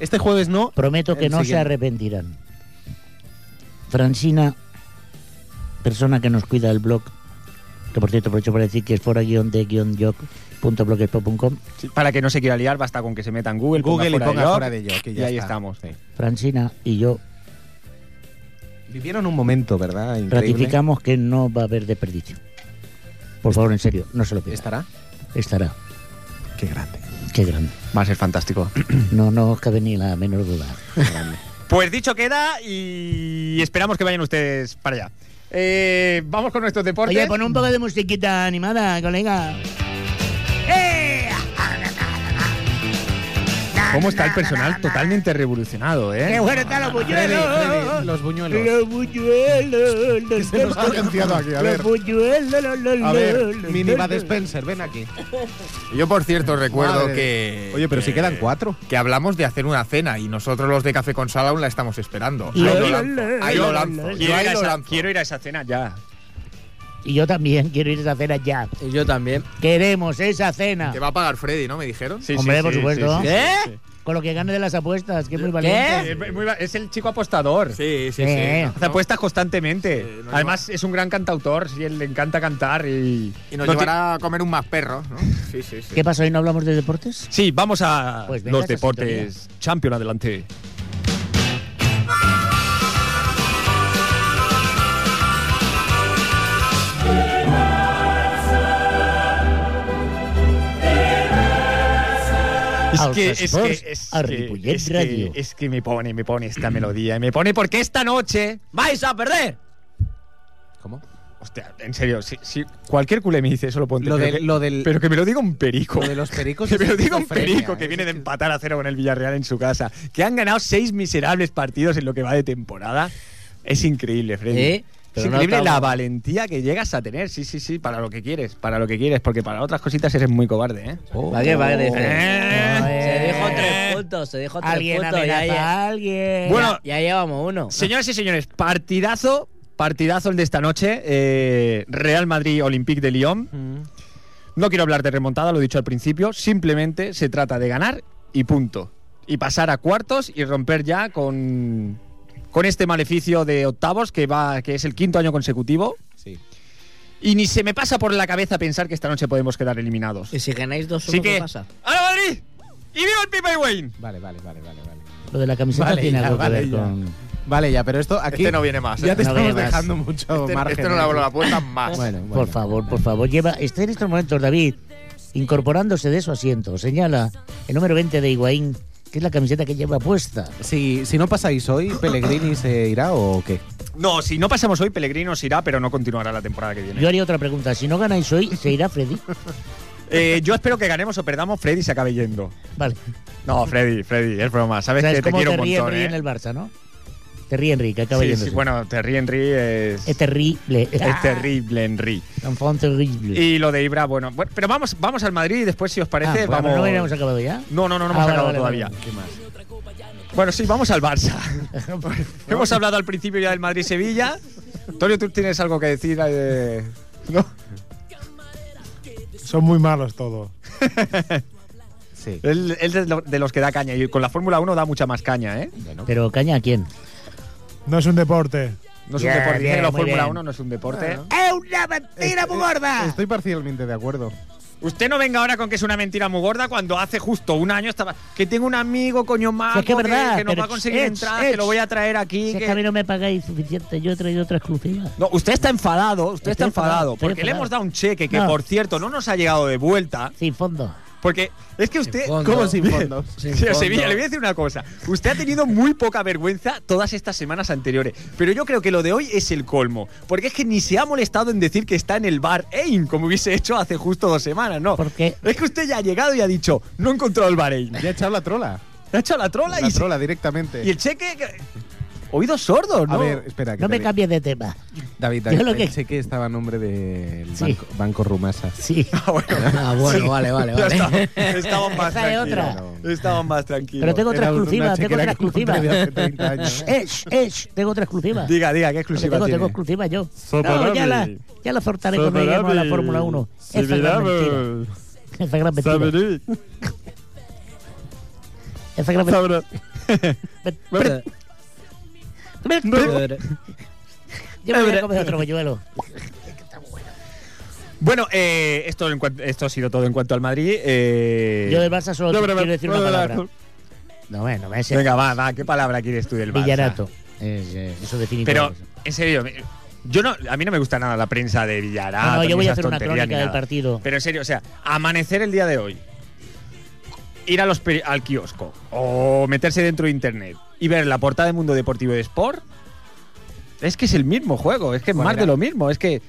E: Este jueves no.
A: prometo que
E: El
A: no se
E: siguiente.
A: arrepentirán Francina persona que nos cuida el blog que por cierto aprovecho para decir que es fora de blogspot.com
B: Sí, Para que no se quiera liar, basta con que se meta en Google,
E: Google y ponga
B: York,
E: fuera de yo. que ya
B: y ahí
E: está.
B: estamos.
A: Francina y yo
E: Vivieron un momento, ¿verdad? Increíble.
A: Ratificamos que no va a haber desperdicio. Por favor, en serio, no se lo pierdan.
E: ¿Estará?
A: Estará.
E: Qué grande.
A: Qué grande.
B: Va a ser fantástico.
A: No, no os cabe ni la menor duda.
B: Pues dicho queda y esperamos que vayan ustedes para allá. Eh, vamos con nuestros deportes.
A: Oye, pon un poco de musiquita animada, colega.
B: ¿Cómo está el personal? Totalmente revolucionado, ¿eh?
A: ¡Qué bueno están los buñuelos!
E: los buñuelos.
A: Los buñuelos, los
E: se nos ha planteado aquí, a ver.
A: Los buñuelos, los, los,
E: A ver,
A: los,
E: mini
A: los,
E: Bad
A: los.
E: Spencer, ven aquí.
G: Yo, por cierto, recuerdo
E: Madre
G: que.
E: Oye, pero si
G: que-
E: quedan cuatro.
G: Que hablamos de hacer una cena y nosotros los de Café con Sal aún la estamos esperando. Ahí
A: Lo-
G: lo
A: lo-
G: lanzo. Ahí
A: lo-
G: lo lanzo.
A: lo-
G: Yo
B: Quiero,
G: ahí
B: ir a
G: lo
B: esa,
G: lanzo.
B: quiero ir a esa cena ya.
A: Y yo también quiero ir a esa cena ya.
C: Y yo también.
A: Queremos esa cena.
G: Que va a pagar Freddy, ¿no? Me dijeron.
B: Sí, sí,
A: Hombre,
B: sí,
A: por
B: sí,
A: supuesto.
B: sí, sí.
C: ¿Qué?
A: Con lo que gane de las apuestas, que es muy valiente.
B: Eh, muy va- Es el chico apostador.
G: Sí, pues,
A: sí, Eh.
B: Hace apuestas constantemente.
G: Sí, nos
B: Además, es un gran cantautor, sí, él le encanta cantar y.
G: Y nos
B: no ti-
G: llevará a comer un más perro, ¿no? Sí, sí, sí.
A: ¿Qué pasa hoy no hablamos de deportes?
B: Sí, vamos a
A: Pues venga
B: los
A: esa
B: deportes. Champion adelante. Es que, es, que,
A: Autosports,
B: es, que,
A: Arripullet
B: es que-
A: Radio.
B: es que me pone, me pone esta melodía, y me pone porque esta noche
C: ¡Vais a perder!
E: ¿Cómo?
B: Hostia, en serio, si, si cualquier culé me dice eso lo ponte.
E: Lo
B: pero,
E: del-
B: que,
E: lo del-
B: pero que me lo diga un perico.
E: Lo de los pericos.
B: que
E: es
B: me lo diga un
E: esquizofrenia,
B: perico que
E: ¿eh?
B: viene de
E: Es que-
B: empatar a cero con el Villarreal en su casa. Que han ganado seis miserables partidos en lo que va de temporada. Es increíble, Freddy.
C: ¿Eh?
B: Es
C: Pero no
B: increíble
C: estamos-
B: la valentía que llegas a tener, sí, sí, sí, para lo que quieres, para lo que quieres, porque para otras cositas eres muy cobarde, ¿eh?
C: ¿Para qué? ¿Para qué?
B: Eh,
C: Se dijo tres puntos, se dijo tres
A: Alguien
C: puntos.
A: amenaza
C: Ya, ya,
A: a alguien.
B: Bueno,
C: ya llevamos uno.
B: Señoras y señores, partidazo, partidazo el de esta noche. eh, Real Madrid Olympique de Lyon. No quiero hablar de remontada, lo he dicho al principio. Simplemente se trata de ganar y punto. Y pasar a cuartos y romper ya con, con este maleficio de octavos que va, que es el quinto año consecutivo.
E: Sí.
B: Y ni se me pasa por la cabeza pensar que esta noche podemos quedar eliminados.
C: Y si ganáis dos,
B: Así
C: uno,
B: que.
C: ¿qué pasa?
B: ¡A la Madrid! ¡Y viva el Pipa y Wayne!
E: Vale, vale, vale, vale, vale.
A: Lo de la camiseta
E: Vale,
A: tiene
E: ya,
A: algo que
E: vale,
A: ver
E: ya.
A: con.
E: Vale, ya, pero esto aquí
G: Este no viene más. ¿eh?
E: ya te
A: No
E: estamos
A: viene más.
E: dejando mucho
G: Este-
E: margen.
G: este no le
E: ¿eh?
G: abro la puerta más.
E: Bueno, bueno.
A: Por favor, por favor, lleva. Está en estos momentos, David, incorporándose de su asiento. Señala el número 20 de Higuaín, que es la camiseta que lleva puesta.
E: Si, si no pasáis hoy, ¿Pellegrini se irá o qué?
B: No, si no pasamos hoy, Pellegrino se irá, pero no continuará la temporada que viene.
A: Yo haría otra pregunta. Si no ganáis hoy, ¿se irá Freddy?
B: Eh, yo espero que ganemos o perdamos, Freddy se acabe yendo.
A: Vale.
B: No, Freddy, Freddy, es broma. Sabes
A: ¿Sabes
B: que te
A: cómo
B: quiero
A: te
B: un
A: ríe
B: montón,
A: Henry en
B: ¿eh?
A: el Barça, no? Te ríe Henry, que acaba
B: Sí,
A: yéndose.
B: sí, bueno, Terry Henry es,
A: Es terrible.
B: es terrible, Henry.
A: Enfant terrible.
B: Y lo de Ibra, bueno, bueno, pero vamos, vamos al Madrid y después, si os
A: Ah,
B: parece,
A: bueno,
B: vamos.
A: ¿No habíamos acabado ya?
B: no, no,
A: Ah,
B: no, no hemos
A: vale,
B: acabado
A: vale,
B: todavía.
A: vale.
B: Bueno, sí, vamos al Barça.
A: pues,
B: Hemos hablado al principio ya del Madrid-Sevilla. Antonio, tú tienes algo que decir. eh, ¿No?
H: Son muy malos todos.
E: Sí.
B: Él, él es de lo- de los que da caña y con la Fórmula 1 da mucha más caña, ¿eh?
A: Pero caña a quién?
H: No es un deporte.
B: No es
A: Bien,
B: un deporte. Dice que
A: bien,
B: la
A: muy
B: Fórmula
A: bien.
B: 1 no es un deporte.
A: ¡Es una mentira muy gorda!
E: Estoy parcialmente de acuerdo.
B: Usted no venga ahora con que es una mentira muy gorda cuando hace justo un año estaba. Que tengo un amigo, coño
A: Si
B: mago,
A: es que es verdad,
B: que, nos
A: pero
B: va a conseguir
A: ch-
B: entrar,
A: ch-
B: que lo voy a traer aquí.
A: Si es
B: que-
A: que a mí no me pagáis suficiente, yo he traído otra exclusiva.
B: No, usted está enfadado,
A: Estoy
B: usted está enfadado,
A: enfadado, estoy
B: porque le
A: enfadado.
B: hemos dado un cheque que,
A: No.
B: por cierto, no nos ha llegado de vuelta.
A: Sin fondo.
B: Porque es que usted.
C: fondo. ¿Cómo sin
B: fondo?
C: Sin fondo.
B: Sevilla, le voy a decir una cosa. Usted ha tenido muy poca vergüenza todas estas semanas anteriores. Pero yo creo que lo de hoy es el colmo. Porque es que ni se ha molestado en decir que está en el bar AIM, como hubiese hecho hace justo dos semanas, ¿no?
A: ¿Por qué?
B: Es que usted ya ha llegado y ha dicho, no he encontrado el bar AIM.
E: Ya he echado la trola.
B: Ha hecho la trola,
E: La
B: y, se-
E: trola directamente.
B: y el cheque. que- Oídos sordos, ¿no?
E: A ver, espera. que
A: No me
E: David-
A: cambies de tema.
E: David, David,
A: Yo lo que-
E: el cheque estaba a nombre del
A: Sí.
E: banco, Banco Rumasa.
A: Sí.
B: Ah, bueno.
C: Ah, bueno, vale, vale,
B: Ya
C: vale.
B: está- estaban más
A: Esa es
B: tranquilos.
E: otra.
B: Estaban más tranquilos.
A: Pero tengo otra
E: Era una
A: exclusiva, tengo
E: chequera
A: otra
E: que encontré
A: exclusiva.
E: de hace 30 años.
A: Esh, esh, Eh, tengo otra exclusiva.
B: Diga, diga, ¿qué
A: Porque
B: exclusiva
A: tengo, tengo
B: tiene?
A: exclusiva yo.
F: Soporable.
A: No, ya la, ya la soltaré cuando lleguemos a la Fórmula 1. Esa es gran mentira. Esa gran mentira. Esa gran mentira.
C: Bueno, bueno.
A: Yo me voy a comer otro bolluelo.
B: Bueno, eh, esto, en cuan- esto ha sido todo en cuanto al Madrid. eh,
A: Yo del Barça solo
B: No,
A: te
B: pero-
A: quiero decir una
B: no, pero-
A: palabra. No, me, no me sé.
B: Venga, va, va, ¿qué palabra quieres tú del Barça?
A: Villarato. Es, eh, Eso define
B: Pero,
A: todo eso.
B: en serio, me- yo no, a mí no me gusta nada la prensa de Villarato.
A: No, no,
B: ni
A: yo voy a
B: esas
A: hacer una
B: tonterías ni
A: crónica del
B: nada.
A: partido.
B: Pero en serio, o sea, amanecer el día de hoy, ir a los peri- al kiosco o meterse dentro de internet y ver la portada de Mundo Deportivo de Sport, es que es el mismo juego, es que es
E: ¿Cuál
B: más
E: era?
B: de lo mismo, es que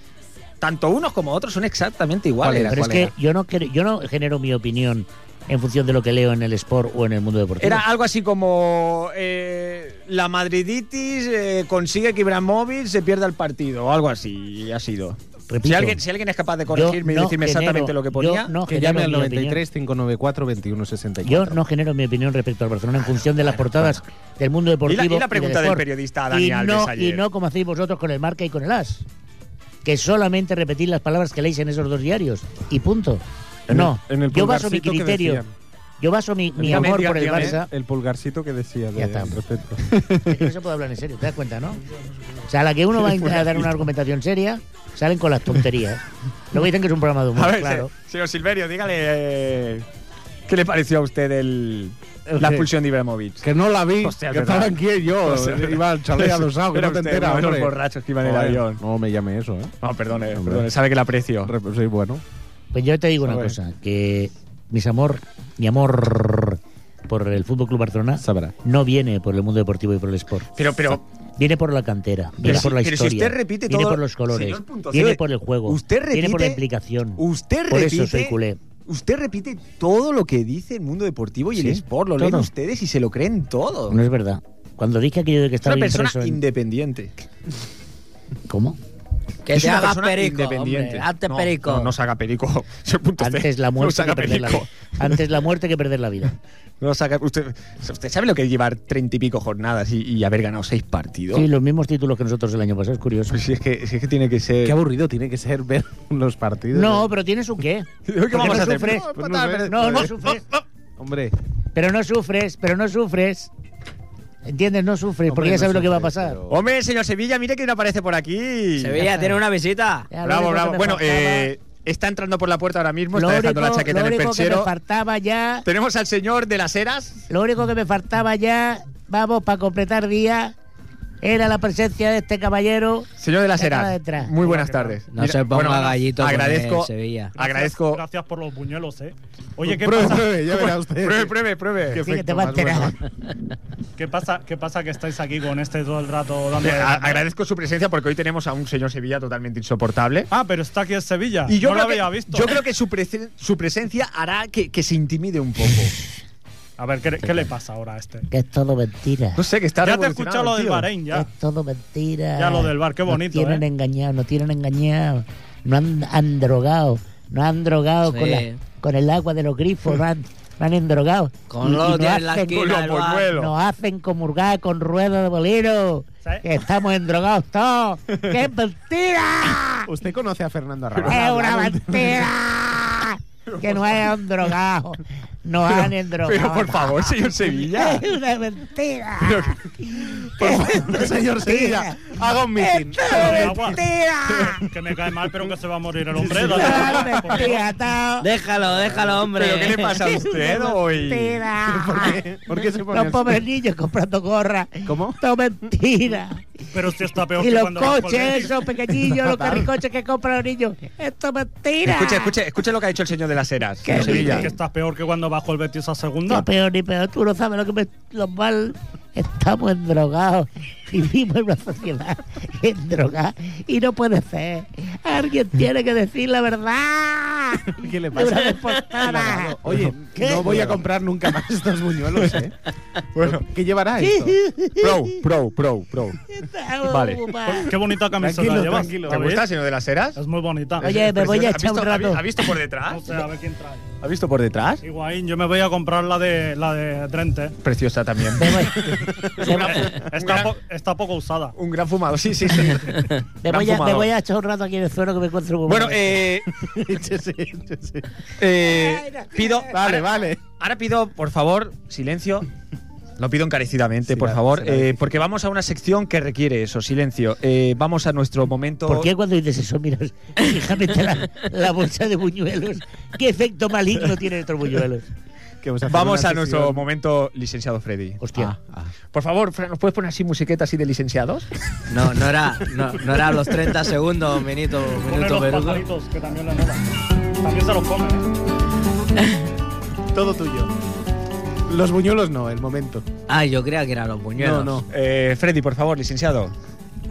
B: tanto unos como otros son exactamente iguales.
E: era?
A: Pero es
E: ¿Cuál
A: que
E: era?
A: yo no, quiero- yo no genero mi opinión en función de lo que leo en el sport o en el mundo deportivo.
B: Era algo así como eh, la madriditis eh, consigue que Ibrahimovic se pierda el partido o algo así ha sido. Si
A: Repito,
B: alguien, si alguien es capaz de
A: yo
B: corregirme y
A: no
B: decirme
A: genero-
B: exactamente lo que ponía,
A: Yo no,
E: Que
A: genero
E: llame al
A: mi opinión.
E: 93 594 2164.
A: Yo no genero mi opinión respecto al Barcelona en función de las portadas del mundo
B: y,
A: deportivo.
B: la, y la
A: del
B: pregunta del
A: sport.
B: periodista a Dani
A: y
B: Alves
A: no,
B: ayer.
A: y no como hacéis vosotros con el marca y con el as. Que solamente repetís las palabras que leéis en esos dos diarios. Y punto.
F: En
A: no.
F: el- en el
A: yo baso mi
F: pulgarcito que
A: criterio.
F: decían.
A: Yo baso mi, mi
B: Dígame,
A: amor
B: diga-
A: por el
B: dígame.
A: Barça.
F: El pulgarcito que decía de,
A: Ya está.
F: al respecto.
A: Es que no se puede hablar en serio, te das cuenta, ¿no? O sea, a la que uno va a
F: Pues
A: intentar dar una argumentación seria, salen con las tonterías. Luego dicen que es un programa de humor,
B: A ver,
A: claro.
B: se- señor Silverio, dígale eh, qué le pareció a usted el, la
E: qué?
B: expulsión de Ibrahimovic.
E: Que no la vi,
B: Hostia, es
E: que
B: verdad.
E: estaba aquí yo. eh,
B: Hostia, es
E: iba al chalé a los
B: Era
E: sábados, que no te
B: usted
E: enteras,
B: uno de los
E: hombre.
B: borrachos que iban en el
E: Joder,
B: avión.
E: No me llame eso, ¿eh?
B: No, perdone,
E: Hombre.
B: perdone, sabe que la aprecio.
E: Re- Soy bueno.
A: Pues yo te digo una
E: A ver.
A: cosa, que mis amor, mi amor por el Fútbol Club Barcelona
E: Sabrá.
A: no viene por el mundo deportivo y por el sport.
B: Pero, pero,
A: Viene por la cantera, viene
B: si-
A: por la
B: pero si
A: historia,
B: usted repite
A: viene
B: todo-
A: por los colores,
B: Señor Punto
A: viene
B: Cero,
A: por el juego,
B: usted
A: viene por
B: repite-
A: la implicación.
B: usted repite.
A: Por eso soy culé.
B: Usted repite todo lo que dice el mundo deportivo y el
A: Sí,
B: sport. Lo leen
A: todo.
B: ustedes y se lo creen todo.
A: No es verdad. Cuando dije aquello de que
B: es una
A: estaba
B: persona
A: impreso en...
B: independiente.
A: ¿Cómo?
C: Que
B: es
C: te
B: una
C: hagas
B: persona
C: perico,
B: independiente.
C: hombre, hazte
B: No,
C: perico.
B: No, no se haga perico. Ese punto C.
A: Antes la
B: no
A: muerte
B: se haga
A: que perder la
B: perico.
A: vida. Antes la muerte que perder la vida.
B: No se haga- usted, ¿Usted sabe lo que es llevar treinta y pico jornadas y, y haber ganado seis partidos?
A: Sí, los mismos títulos que nosotros el año pasado, es curioso.
B: Pues si es que, si es que tiene que ser.
E: Qué aburrido tiene que ser ver los partidos.
A: No, pero tiene su qué.
B: ¿Qué
A: Porque
B: vamos
A: no
B: a hacer?
A: sufres.
B: Pues no sé.
A: No, no sufres.
E: Hombre,
A: Pero no sufres, pero no sufres. ¿Entiendes? No sufres, porque
E: Hombre,
A: ya
E: no
A: sabes lo que va a
E: sufres,
A: pasar.
E: pero-
B: Hombre, señor Sevilla, mire quién aparece por aquí.
C: Sevilla, tiene una visita.
A: Ya, lo
B: Bravo,
A: único que
B: bravo.
A: me
B: Bueno,
A: faltaba-
B: eh, está entrando por la puerta ahora mismo,
A: lo
B: está dejando
A: único-
B: la chaqueta
A: lo
B: en el
A: único que me
B: perchero.
A: faltaba ya,
B: Tenemos al señor de las eras.
A: lo único que me faltaba ya, vamos, para completar día, era la presencia de este caballero.
B: Señor de las
A: Ya acaba de
B: eras.
A: entrar.
B: Muy buenas tardes.
C: No se ponga gallito con
B: Agradezco.
C: el Sevilla.
B: Agradezco.
I: Gracias por los buñuelos, ¿eh? Oye, ¿qué
E: pruebe,
I: pasa?
E: pruebe, ya verá usted.
B: Pruebe, pruebe, pruebe.
A: Sí, que te va a enterar.
I: ¿Qué pasa? ¿Qué pasa que estáis aquí con este todo el rato dando?
B: Eh, a- agradezco su presencia porque hoy tenemos a un señor Sevilla totalmente insoportable.
I: Ah, pero está aquí en Sevilla.
B: Y yo
I: no lo
B: creo que,
I: había visto. ¿eh?
B: Yo creo que su, presen- su presencia hará que, que se intimide un poco.
I: A ver, ¿qué, qué le pasa ahora a este?
A: Que es todo mentira.
B: No sé, que está
I: ya te he
B: revolucionado
I: escuchado lo
B: el
I: del
B: tío.
I: Bahrein, ya.
A: Es todo mentira.
I: Ya lo del bar, qué
A: Nos
I: bonito,
A: tienen
I: ¿eh?
A: engañado, nos tienen engañado. No han, han drogado. No han drogado
C: Sí.
A: con, la- con el agua de los grifos. No han, no han endrogado.
C: Con lo
A: nos
C: de la
A: hacen-
C: esquina, Con lo el bar.
B: polluelo.
A: Nos hacen comulgar con ruedas de bolero.
I: Sí.
A: Que estamos endrogados todos. ¡Qué es mentira!
E: ¿usted conoce a Fernando Arrabal?
A: ¡Es una mentira! Que no han drogado. No han endrogado.
B: Pero por favor, señor Sevilla.
A: Es una mentira.
B: Por favor,
E: Señor Sevilla, haga un
A: Eh,
E: mitin.
A: ¡Es
I: Agua.
A: mentira!
I: Que me cae mal, pero que se va a morir el hombre.
A: No,
I: dale agua, por favor.
A: mentira, no.
C: Déjalo, déjalo, hombre.
B: ¿Pero qué le pasa a usted hoy?
A: Mentira.
E: ¿Por qué se pone
A: Los
E: así?
A: pobres niños comprando gorra.
E: ¿Cómo?
A: Todo mentira.
I: Pero si está peor
A: Y
I: que
A: los
I: cuando vas por
A: coches,
I: dentro.
A: esos pequeñillos, los carricoches que compran los niños. Esto es mentira.
B: Escuche, escuche, escuche lo que ha dicho el señor de las eras.
A: ¿Qué
B: señor Sevilla.
I: Que estás peor que cuando bajó el Betis a segunda.
A: No, peor ni peor. Tú no sabes lo que me, lo mal. Estamos endrogados. Vivimos en una sociedad endrogada. Y no puede ser. Alguien tiene que decir la verdad.
E: ¿Qué le
A: De una
E: pasa?
A: vez por todas.
E: Oye,
A: ¿Qué?
E: no voy a comprar nunca más estos buñuelos, ¿eh? Bueno, ¿qué llevará esto?
B: Pro, pro, pro, pro.
A: Estamos
B: Vale.
A: ocupados.
I: Qué bonita camiseta
E: Tranquilo,
I: llevas.
E: tranquilo.
B: ¿Te
I: David.
B: gusta, señor de las eras?
I: Es muy bonita.
A: Oye, me voy a
B: ¿Ha
A: echar un
B: visto- ha vi-
A: rato.
B: ¿Ha visto por
I: No
E: ¿ah?
B: detrás?
I: sé, a ver quién trae.
B: ¿Ha visto por detrás?
I: Higuaín, yo me voy a comprar la de la de Drente.
B: Preciosa también.
A: Me voy, me voy-
I: Está, po- está poco usada.
B: Un gran fumado, sí, sí, sí.
A: me
B: Gran
A: voy a, me
B: fumador.
A: voy a echar un rato aquí en el suelo que me encuentro muy
B: Bueno,
A: mal.
B: eh, eh, pido.
E: Vale, vale.
B: Ahora pido, por favor, silencio. Lo pido encarecidamente,
E: Sí,
B: por
E: la-
B: favor,
E: se la
B: eh,
E: difícil.
B: porque vamos a una sección que requiere eso, silencio. Eh, vamos a nuestro momento.
A: ¿Por qué cuando dices eso miras fijamente la, la bolsa de buñuelos? ¿Qué efecto maligno tiene nuestros buñuelos?
E: Que vamos a, hacer
B: Vamos
E: una
B: a nuestro
E: sesión.
B: momento, licenciado Freddy.
A: Hostia.
B: Ah, ah. Por favor, Fran, ¿nos puedes poner así musiqueta así de licenciados?
C: No, no era, no, no era los 30 segundos, minuto,
I: Pone
C: minuto
I: los
C: peruco.
I: pajaritos, que también le mola. También se los come. ¿eh?
E: Todo tuyo. Los buñuelos no, el momento.
C: Ah, yo creía que eran los puñuelos.
E: No, no.
B: Eh, Freddy, por favor, licenciado.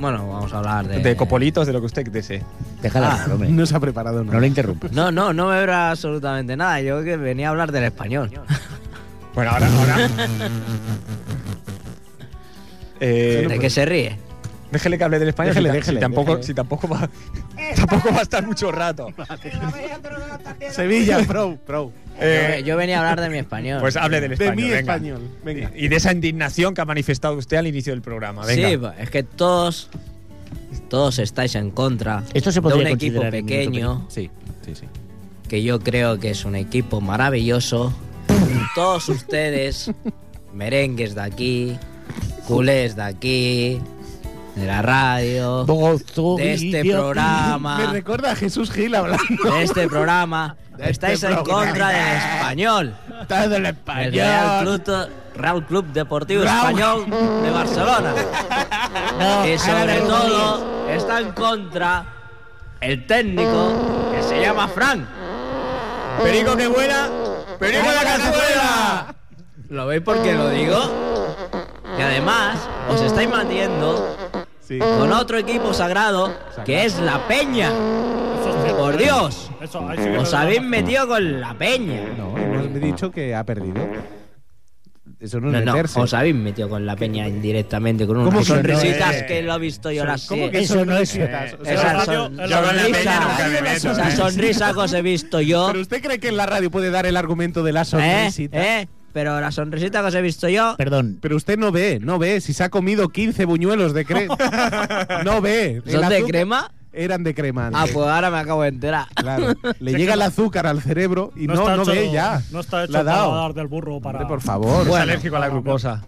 C: Bueno, vamos a hablar de.
B: De copolitos, de lo que usted desee.
A: Déjala,
C: Ah,
A: hombre.
E: No se ha preparado nada.
A: No lo interrumpas.
C: No, no, no me habrá absolutamente nada. Yo que venía a hablar del español.
B: Bueno, ahora. ahora. Eh,
C: ¿De qué se ríe?
B: Déjele que hable del español.
E: Déjele,
B: si, ta-
E: déjele,
B: si tampoco,
E: déjele.
B: si tampoco va, tampoco va a estar mucho rato.
E: Sevilla, pro, pro.
B: Eh,
C: yo, yo venía a hablar de mi español.
B: Pues hable del
E: De
B: español.
E: mi
B: venga.
E: español. Venga.
B: Y de esa indignación que ha manifestado usted al inicio del programa. Ah, Venga.
C: Sí, pues, es que todos. Todos estáis en contra
A: Esto se
C: de
A: podría
C: un equipo
A: considerar en minuto
C: pequeño
E: Sí, sí, sí.
C: que yo creo que es un equipo maravilloso. Todos ustedes, merengues de aquí, culés de aquí, de la radio,
A: Gozo,
C: de este
A: idiota.
E: Me
C: programa,
E: recuerda a Jesús Gil hablando.
C: de este programa,
E: De
C: estáis
E: este
C: en
E: programa.
C: contra del español.
E: Todo el
C: El
E: español.
C: Real Club, Real Club Deportivo Español de Barcelona.
A: No,
C: y
A: ahora
C: sobre
A: le
C: todo está en contra el técnico que se llama Frank.
B: Perico que vuela. Perico la cazuela.
C: ¿Lo veis porque lo digo? Y además os estáis metiendo
E: Sí.
C: con otro equipo sagrado que es la Peña.
I: Eso es cierto,
C: Por
I: ¿eh?
C: Dios.
I: Eso, ahí sí que
C: Os
I: lo-
C: habéis metido con la Peña.
E: No, hemos dicho que ha perdido. eso no es
C: No, no,
E: meterse.
C: os habéis metido con la peña indirectamente, con
E: ¿Cómo
C: unas
E: que no,
C: sonrisitas
B: eh?
C: que lo he visto yo las
E: ¿Cómo que
C: sí.
A: Eso no es.
B: Eh,
C: Esa
I: radio-
C: son-
I: yo con la
C: sonrisa,
I: peña nunca
B: me meto,
C: esa
B: eh.
C: sonrisa que os he visto yo,
E: ¿Pero usted cree que en la radio puede dar el argumento de la
C: ¿eh?
E: sonrisita?
C: ¿eh? Pero la sonrisita que os he visto yo,
A: Perdón.
E: Pero usted no ve, no ve. Si se ha comido 15 buñuelos de crema. no ve. El
C: ¿son de
E: azúcar-
C: crema?
E: Eran de crema.
C: Ah,
E: antes.
C: pues ahora me acabo de enterar.
E: Claro. Le llega el azúcar al cerebro y no, no,
I: está hecho-
E: ve ya.
I: No está hecho
E: La ha dado.
I: para dar del burro para.
E: Hombre, por favor.
B: Es alérgico a la glucosa.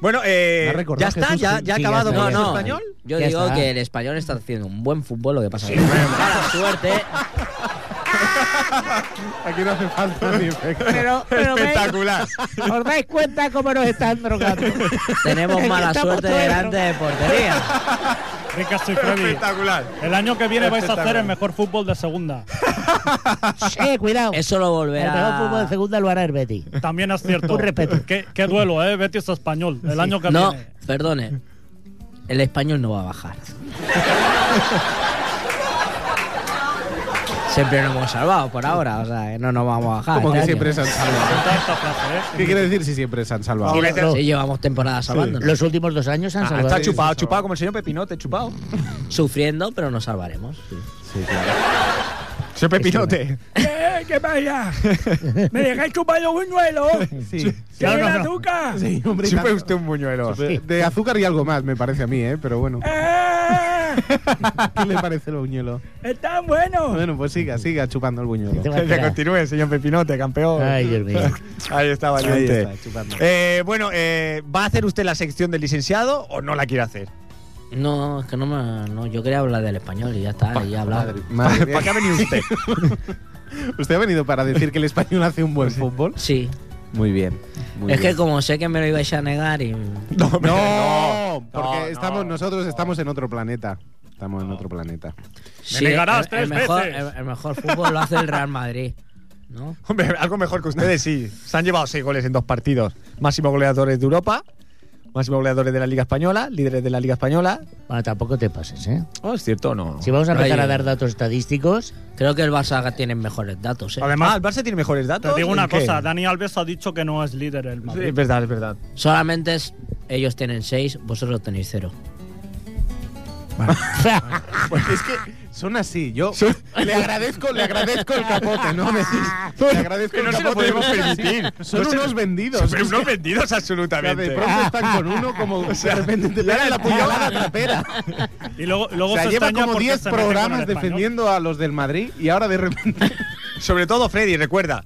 B: Bueno, eh,
E: Me ha recordado
B: ya está,
E: Jesús,
B: ya,
E: sí,
B: ya ha
E: sí, ya
B: acabado
E: está,
B: con
C: No,
B: el
E: ya
C: no.
B: español.
C: Yo
A: Ya
C: digo
A: está.
C: que el español está haciendo un buen fútbol, lo que pasa es que mala suerte.
E: Aquí no hace falta ni efecto.
A: Pero,
B: Espectacular.
A: ¿Os dais cuenta cómo nos están drogando?
C: Tenemos mala
A: Estamos
C: suerte
A: todos
C: delante de portería.
I: Ricardo y Freddy.
B: Espectacular.
I: El año que viene vais a hacer el mejor fútbol de segunda.
A: Eh, cuidado.
C: Eso lo
A: El mejor fútbol
C: volverá.
A: de segunda lo hará el Betis.
I: También es cierto.
A: Un respeto.
I: Qué, qué duelo, ¿eh? Betis español. El año que
C: No,
I: viene.
C: perdone. El español no va a bajar. Siempre nos hemos salvado por ahora, o sea, que no nos vamos a bajar.
E: Como que
C: este
E: siempre
C: año.
E: se han salvado.
I: Toda esta frase, ¿eh?
E: ¿Qué quiere decir si siempre se han salvado?
A: Los- los-
C: Sí, llevamos temporadas salvándonos.
A: Los últimos dos años han
B: Ah,
A: salvado.
B: está chupado, chupado como el señor Pepinote, chupado.
C: Sufriendo, pero nos salvaremos.
B: Señor Pepinote. ¡Eh, qué vaya! ¡Me dejáis chupando un buñuelo!
E: Sí.
B: ¡Claro, no, azúcar!
E: Sí, hombre, y
B: Chupe
E: tanto.
B: usted un buñuelo.
E: De- De azúcar y algo más, me parece a mí, ¿eh? Pero bueno.
I: ¡Eh!
E: ¿Qué le parece el buñuelo?
B: ¡Está bueno!
E: Bueno, pues siga, siga chupando el buñuelo.
A: Te va a
B: Que
A: esperar.
B: continúe, señor Pepinote, campeón.
A: Ay, Dios mío.
B: Ahí está,
E: Ahí
B: valiente.
E: está, chupando.
B: Eh, bueno, eh, ¿va a hacer usted la sección del licenciado o no la quiere hacer?
C: No, es que no me. No, yo quería hablar del español y ya está, y ya he hablado.
E: Madre, madre mía.
B: ¿Para qué ha venido usted?
E: ¿Usted ha venido para decir que el español hace un buen fútbol?
C: Sí.
E: Muy bien. muy
C: es que
E: bien.
C: como sé que me lo ibais a negar y.
B: No, hombre,
E: No, porque
B: no,
E: estamos,
B: no.
E: nosotros estamos en otro planeta. Estamos en otro planeta.
C: Sí,
I: negarás
C: el, el
I: tres
C: mejor,
I: veces.
C: el- el mejor fútbol lo hace el Real Madrid. ¿No?
B: Hombre, algo mejor que ustedes sí. Se han llevado seis goles en dos partidos. Máximo goleadores de Europa, máximo goleadores de la Liga Española, líderes de la Liga Española.
A: Bueno, tampoco te pases, ¿eh?
B: Oh, ¿Es cierto o no?
A: Si vamos a empezar
C: Rayo.
A: a dar datos estadísticos,
C: Creo que el Barça tiene mejores datos, ¿eh?
B: Además, Ah, el Barça tiene mejores datos.
I: Te digo una
B: ¿En qué?
I: cosa. Dani Alves ha dicho que no es líder el
B: Sí,
I: Madrid.
B: es verdad, es verdad.
C: Solamente es- ellos tienen seis, vosotros tenéis cero.
E: es que son así. Yo le agradezco, le agradezco el capote, ¿no? Me- le agradezco
B: Que
E: el
B: no se lo
E: capote.
B: podemos permitir.
E: Son
B: No se-
E: unos vendidos.
B: Pero unos vendidos
E: O sea,
B: absolutamente. Ah,
E: de pronto están con uno como de repente te pegan la puñalada trapera.
I: Y luego,
E: O
I: luego
E: sea,
I: se
E: lleva
I: extraña
E: como
I: porque
E: 10
I: se mete con el
E: programas
I: español.
E: defendiendo a los del Madrid y ahora de repente
B: Sobre todo, Freddy, recuerda,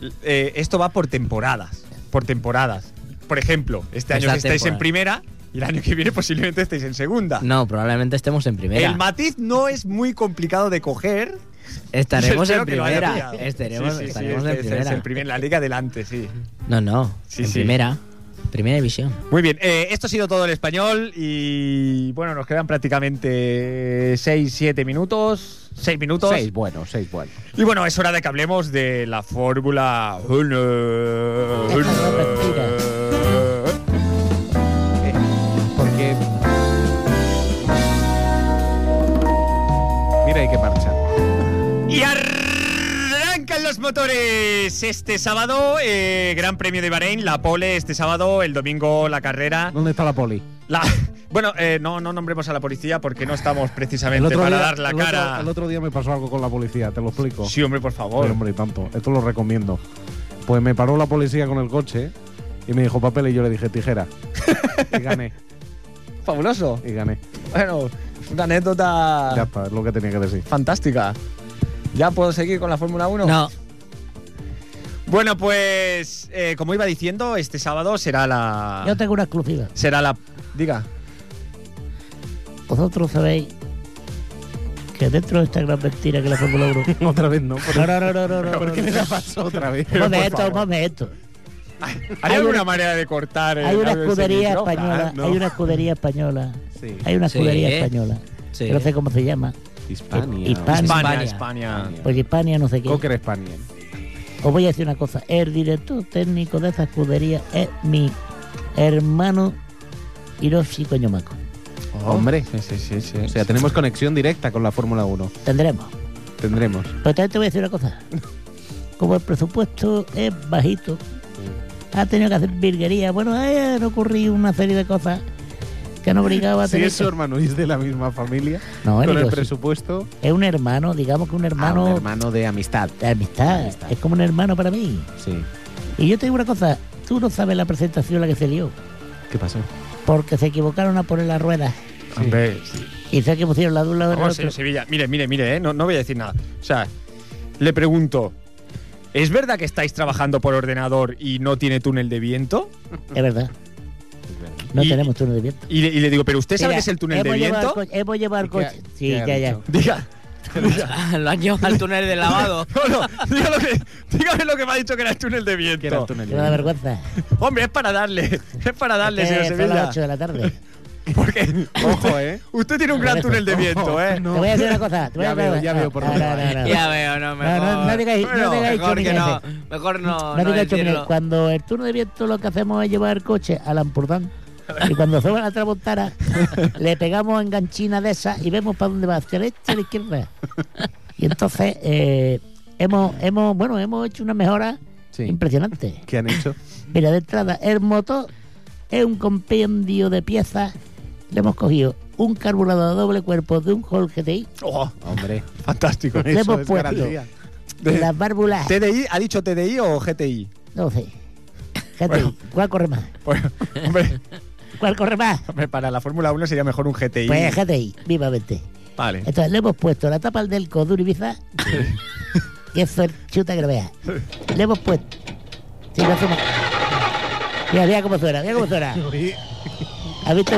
B: l- eh, esto va por temporadas. Por temporadas. Por ejemplo, este año
C: Esta
B: que estáis
C: temporada.
B: en primera y el año que viene posiblemente estéis en segunda.
C: No, probablemente estemos en primera.
B: El matiz no es muy complicado de coger.
C: Estaremos
B: Yo espero
C: en
B: que lo haya
C: primera.
B: pillado.
C: Estaremos,
B: Sí, sí, sí,
C: estaremos
B: este-
C: en
B: este es
C: primera.
B: el primer- la liga delante, sí.
C: No, no.
B: Sí,
C: en
B: sí.
C: primera. Primera división.
B: Muy bien, eh, esto ha sido todo el español y bueno, nos quedan prácticamente 6, 7 minutos. 6 minutos.
E: seis buenos, seis buenos.
B: Y bueno, es hora de que hablemos de la Fórmula 1.
E: Porque Mira, hay que marchar.
B: Y arrancan los motores este sábado, eh, Gran Premio de Bahrein, la pole este sábado, el domingo la carrera.
E: ¿Dónde está la poli?
B: La- bueno, eh, no, no nombremos a la policía porque no estamos
E: El
B: precisamente
E: otro,
B: para
E: día,
B: dar la
E: el otro-
B: cara.
E: el otro día me pasó algo con la policía, te lo explico.
B: Sí, hombre, por favor.
E: Hombre, hombre, y tanto. Esto lo recomiendo. Pues me paró la policía con el coche y me dijo papel y yo le dije tijera. y gané,
B: Fabuloso.
E: y gané.
B: Bueno, una
A: Ah.
E: Ya
B: anécdota
E: está, es lo que tenía que decir.
B: fantástica. ¿Ya puedo seguir con la Fórmula 1?
C: No,
B: Bueno, pues eh, como iba diciendo, este sábado será la...
A: yo tengo una exclusiva.
B: Será la... Diga.
A: Vosotros sabéis que dentro de esta gran mentira que la Fórmula 1.
E: otra vez no. Por,
A: No, no, no, no, no. no,
E: ¿por
A: no,
E: qué
A: no.
E: me la pasó otra vez?
A: Un momento, un momento.
B: ¿Hay,
A: Hay
B: alguna
A: una-
B: manera de cortar el
A: Hay una
B: audio de ese
A: escudería
B: micrófono?
A: española. Hay una escudería española.
E: Sí.
A: Hay una
C: Sí,
A: escudería
C: ¿eh?
A: española.
C: sí.
A: que No sé cómo se llama.
E: Hispania.
A: Hispania.
B: España,
C: España.
B: España.
A: Pues Hispania, no sé qué.
E: Cocker Hispania.
A: Os voy a decir una cosa. El director técnico de esa escudería es mi hermano Hiroshi Coñomaco. Oh.
E: Hombre.
B: Sí, sí, sí. sí.
E: O sea, tenemos conexión directa con la Fórmula 1.
A: Tendremos.
E: Tendremos.
A: Pero también te voy a decir una cosa. Como el presupuesto es bajito, ha tenido que hacer virguería. Bueno, ahí han ocurrido una serie de cosas que han obligado a
E: Si
A: tener.
E: es su
A: que-
E: hermano y es de la misma familia,
A: No,
E: con
A: digo,
E: el
A: sí.
E: presupuesto.
A: Es un hermano, digamos que un hermano.
E: Ah, un hermano de amistad.
A: de amistad.
E: Amistad.
A: Es como un hermano para mí.
E: Sí.
A: Y yo te digo una cosa, tú no sabes la presentación en la que se lió.
E: ¿Qué pasó?
A: Porque se equivocaron a poner las ruedas.
B: Hombre, sí.
A: Y sabes que pusieron la de un lado y
E: Oh,
A: la
B: Vamos,
A: otra.
B: en Sevilla. Mire, mire, mire, ¿eh? no, no voy a decir nada. O sea, le pregunto. ¿Es verdad que estáis trabajando por ordenador y no tiene túnel de viento?
A: Es verdad. No
B: Y-
A: tenemos turno de viento.
B: Y le, y le digo, ¿pero usted sabe
A: Mira,
B: qué es el túnel de
A: hemos llevado
B: viento?
A: el coche- hemos llevado el
E: ¿Y qué ha-
A: coche. Sí,
E: qué ha
A: ya, ya.
E: dicho?
B: Diga.
C: Lo han llevado al túnel de lavado.
B: No, no, diga lo que- dígame lo que me ha dicho que era el túnel de viento.
E: ¿Qué era el túnel
A: Que
E: de
A: me da
E: viento?
A: vergüenza.
B: Hombre, es para darle. Es para darle,
A: Es que
B: señor
A: son las
B: Sevilla.
A: 8 de Este, la tarde.
B: Porque
E: Ojo, ¿eh?
B: usted tiene un gran
A: Ojo,
B: túnel de viento, ¿eh?
A: Te voy a decir una cosa. Te voy a
E: Ya
A: decir una
E: veo,
A: cosa.
E: ya
A: No,
E: veo por
A: no,
E: dónde
A: no,
E: va.
A: no, no.
C: Ya veo, no,
A: No,
C: mejor.
A: no, no digáis, no
B: Bueno,
A: digáis
C: mejor que
A: chumineces.
C: no. Mejor no,
A: No
C: no
A: digáis chumineces.
C: decirlo.
A: Cuando el turno de viento lo que hacemos es llevar el coche al Ampurdán. Y cuando suba la tramontana, le pegamos enganchina de esa y vemos para dónde va, hacia la derecha o la izquierda. Y entonces, eh, hemos, hemos, bueno, hemos hecho una mejora
E: Sí.
A: impresionante.
E: ¿Qué han hecho?
A: Mira, de entrada, el motor es un compendio de piezas. Le hemos cogido un carburador de doble cuerpo de un Hall GTI.
B: Oh,
E: Hombre,
B: fantástico.
A: Le
E: eso
A: hemos
E: es
A: puesto
E: garantía.
A: las válvulas.
B: ¿TDI? ¿Ha dicho TDI o GTI?
A: No sé. GTI.
B: Bueno.
A: ¿Cuál corre más?
B: Bueno, hombre,
A: ¿Cuál corre más?
B: hombre, para la Fórmula 1 sería mejor un GTI.
A: Pues GTI, vivamente.
B: Vale.
A: Entonces le hemos puesto la tapa al Delco de Ibiza. que eso es chuta que lo veas. Le hemos puesto. Sí, lo hacemos. Mira, mira cómo suena, mira cómo suena. ¿Has visto?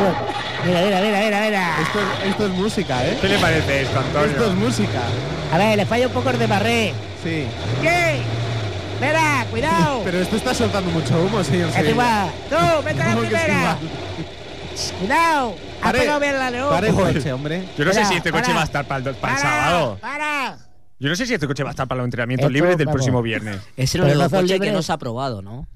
A: Mira, mira, mira, mira, mira.
E: Esto, es- esto es música, ¿eh?
B: ¿Qué le parece esto,
E: Esto es
B: Antonio?
E: música.
A: A ver, le falla un poco el de barré.
E: Sí.
A: ¿Qué? Espera, cuidado.
E: Pero esto está soltando mucho humo, señor.
A: Es
E: Sevilla.
A: igual. Tú, vete a la
E: ¿Cómo que es
A: primera.
E: igual?
A: Cuidado. Ha
E: Pare.
A: pegado bien la león.
E: Pare el coche, hombre.
B: Yo no sé
A: Para,
B: si este coche
A: para.
B: va a estar para el, para
A: Para,
B: el sábado.
A: Para.
B: Yo no sé si este coche va a estar para los entrenamientos
A: Esto,
B: libres del
A: vamos.
B: próximo viernes.
C: Es el
A: Pero
C: único
A: no son
C: coche que
A: libres.
C: no se ha probado, ¿no?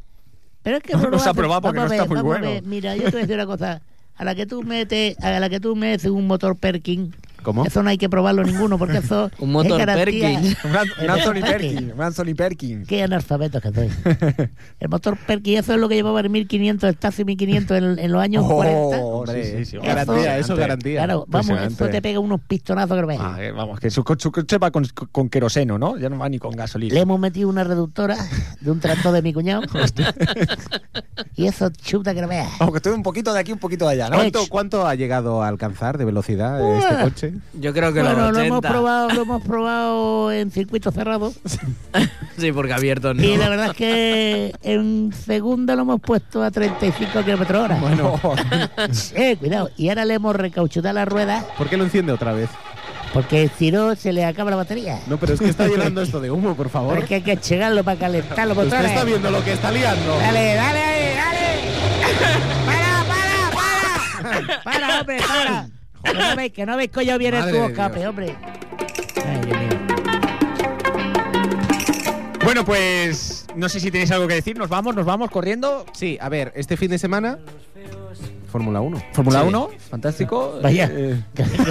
A: Pero es que
B: No
A: lo
B: nos
A: hace.
B: ha probado porque
A: Vamos
B: no
A: a
B: está muy
A: vamos a
B: bueno.
A: ver. Mira, yo te voy a decir una cosa. A la que tú metes, a la que tú metes un motor Perkin,
E: ¿Cómo?
A: eso no hay que probarlo ninguno porque eso
C: Un motor
A: es garantía.
C: Perkin.
B: Un An- un Anthony
A: Espérate.
B: Perkins. un Anthony Perkins.
A: Qué analfabeto que soy. El motor Perkin, eso es lo que llevaba el 1500, el taxi 1500 en, en los años 40.
B: Oh,
E: Hombre,
B: sí, sí, sí.
E: garantía, eso es garantía.
A: Claro, vamos,
E: Impresionante.
A: eso te pega unos pistonazos que lo ves.
B: Ah, eh, vamos, que su, co- su coche va con, con queroseno, ¿no? Ya no va ni con
A: Le
B: gasolina.
A: hemos metido una reductora de un tractor de mi cuñado. y eso chuta que lo veas.
B: Aunque estoy un poquito de aquí, un poquito de allá, ¿no?
A: Oye,
E: ¿Cuánto, cuánto ha llegado a alcanzar de velocidad eh, este
A: Uah.
E: coche?
C: Yo creo que
A: Bueno,
C: los 80.
A: lo hemos probado, lo hemos probado en circuito cerrado.
C: Sí, porque abierto no.
A: Y la verdad es que en segunda lo hemos puesto a 35 kilómetros hora.
E: Bueno,
A: Eh, cuidado. Y ahora le hemos recauchutado la rueda
E: ¿por qué lo enciende otra vez?
A: porque si no se le acaba la batería.
E: No, pero es que está llenando esto de humo, por favor.
A: Porque hay que chegarlo para calentar los
E: Usted
A: motores.
E: está viendo lo que está liando.
A: Dale, dale, ahí, dale. Para, para, para. Para, hombre, para. Que no veis, que no veis coño bien el
E: Madre
A: tubo
E: de
A: escape,
E: Dios.
A: hombre. Ay, Dios mío.
B: Bueno, pues no sé si tenéis algo que decir. Nos vamos, nos vamos corriendo.
E: Sí, a ver, este fin de semana. Fórmula 1.
B: Fórmula
E: Sí.
B: 1, fantástico.
A: Vaya.
B: Eh,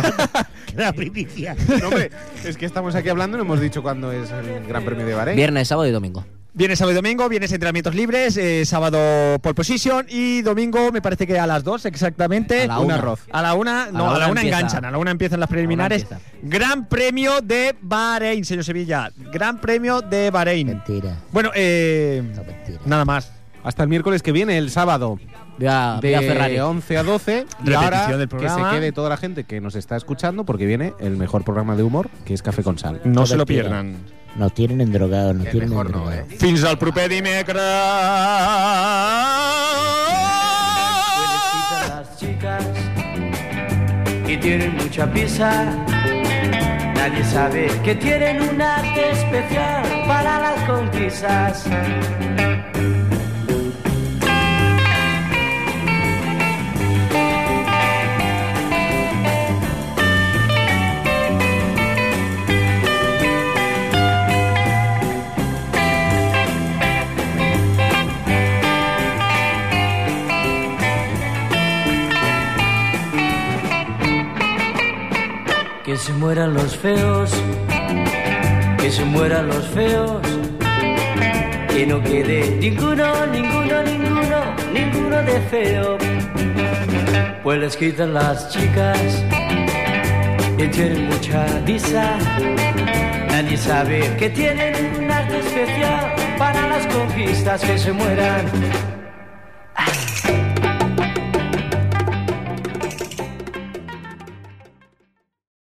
A: Qué la primicia.
E: No, hombre, es que estamos aquí hablando y no hemos dicho cuándo es el Gran Premio de Bahrein.
C: Viernes, sábado y domingo.
B: Viernes, sábado y domingo, viernes entrenamientos libres, eh, sábado pole position y domingo me parece que a las dos exactamente.
C: A la
E: Un
C: una.
E: arroz.
B: A la una, no, a la, una
C: empieza.
B: enganchan, a la una empiezan las preliminares.
C: empieza.
B: Gran premio de Bahrein, señor Sevilla. Gran premio de Bahrein.
A: Mentira,
B: Bueno, eh,
A: no mentira.
B: nada más.
E: Hasta el miércoles que viene, el sábado.
C: Viva,
E: de
C: viva Ferrari.
E: 11 a 12 y
B: Repetición
E: ahora
B: del
E: que se
B: programa.
E: quede toda la gente que nos está escuchando porque viene el mejor programa de humor que es Café con Sal.
B: No se lo
A: mentira.
B: pierdan.
A: Nos tienen endrogados, nos tienen
G: mejor no,
A: endrogados.
G: ¿eh?
B: Fins al proper dimecres.
J: las chicas y tienen mucha prisa. Nadie sabe que tienen un arte especial para las conquistas. Que se mueran los feos, que se mueran los feos, que no quede ninguno, ninguno, ninguno, ninguno de feo. Pues les quitan las chicas y tienen mucha risa. Nadie sabe que tienen un arte especial para las conquistas que se mueran.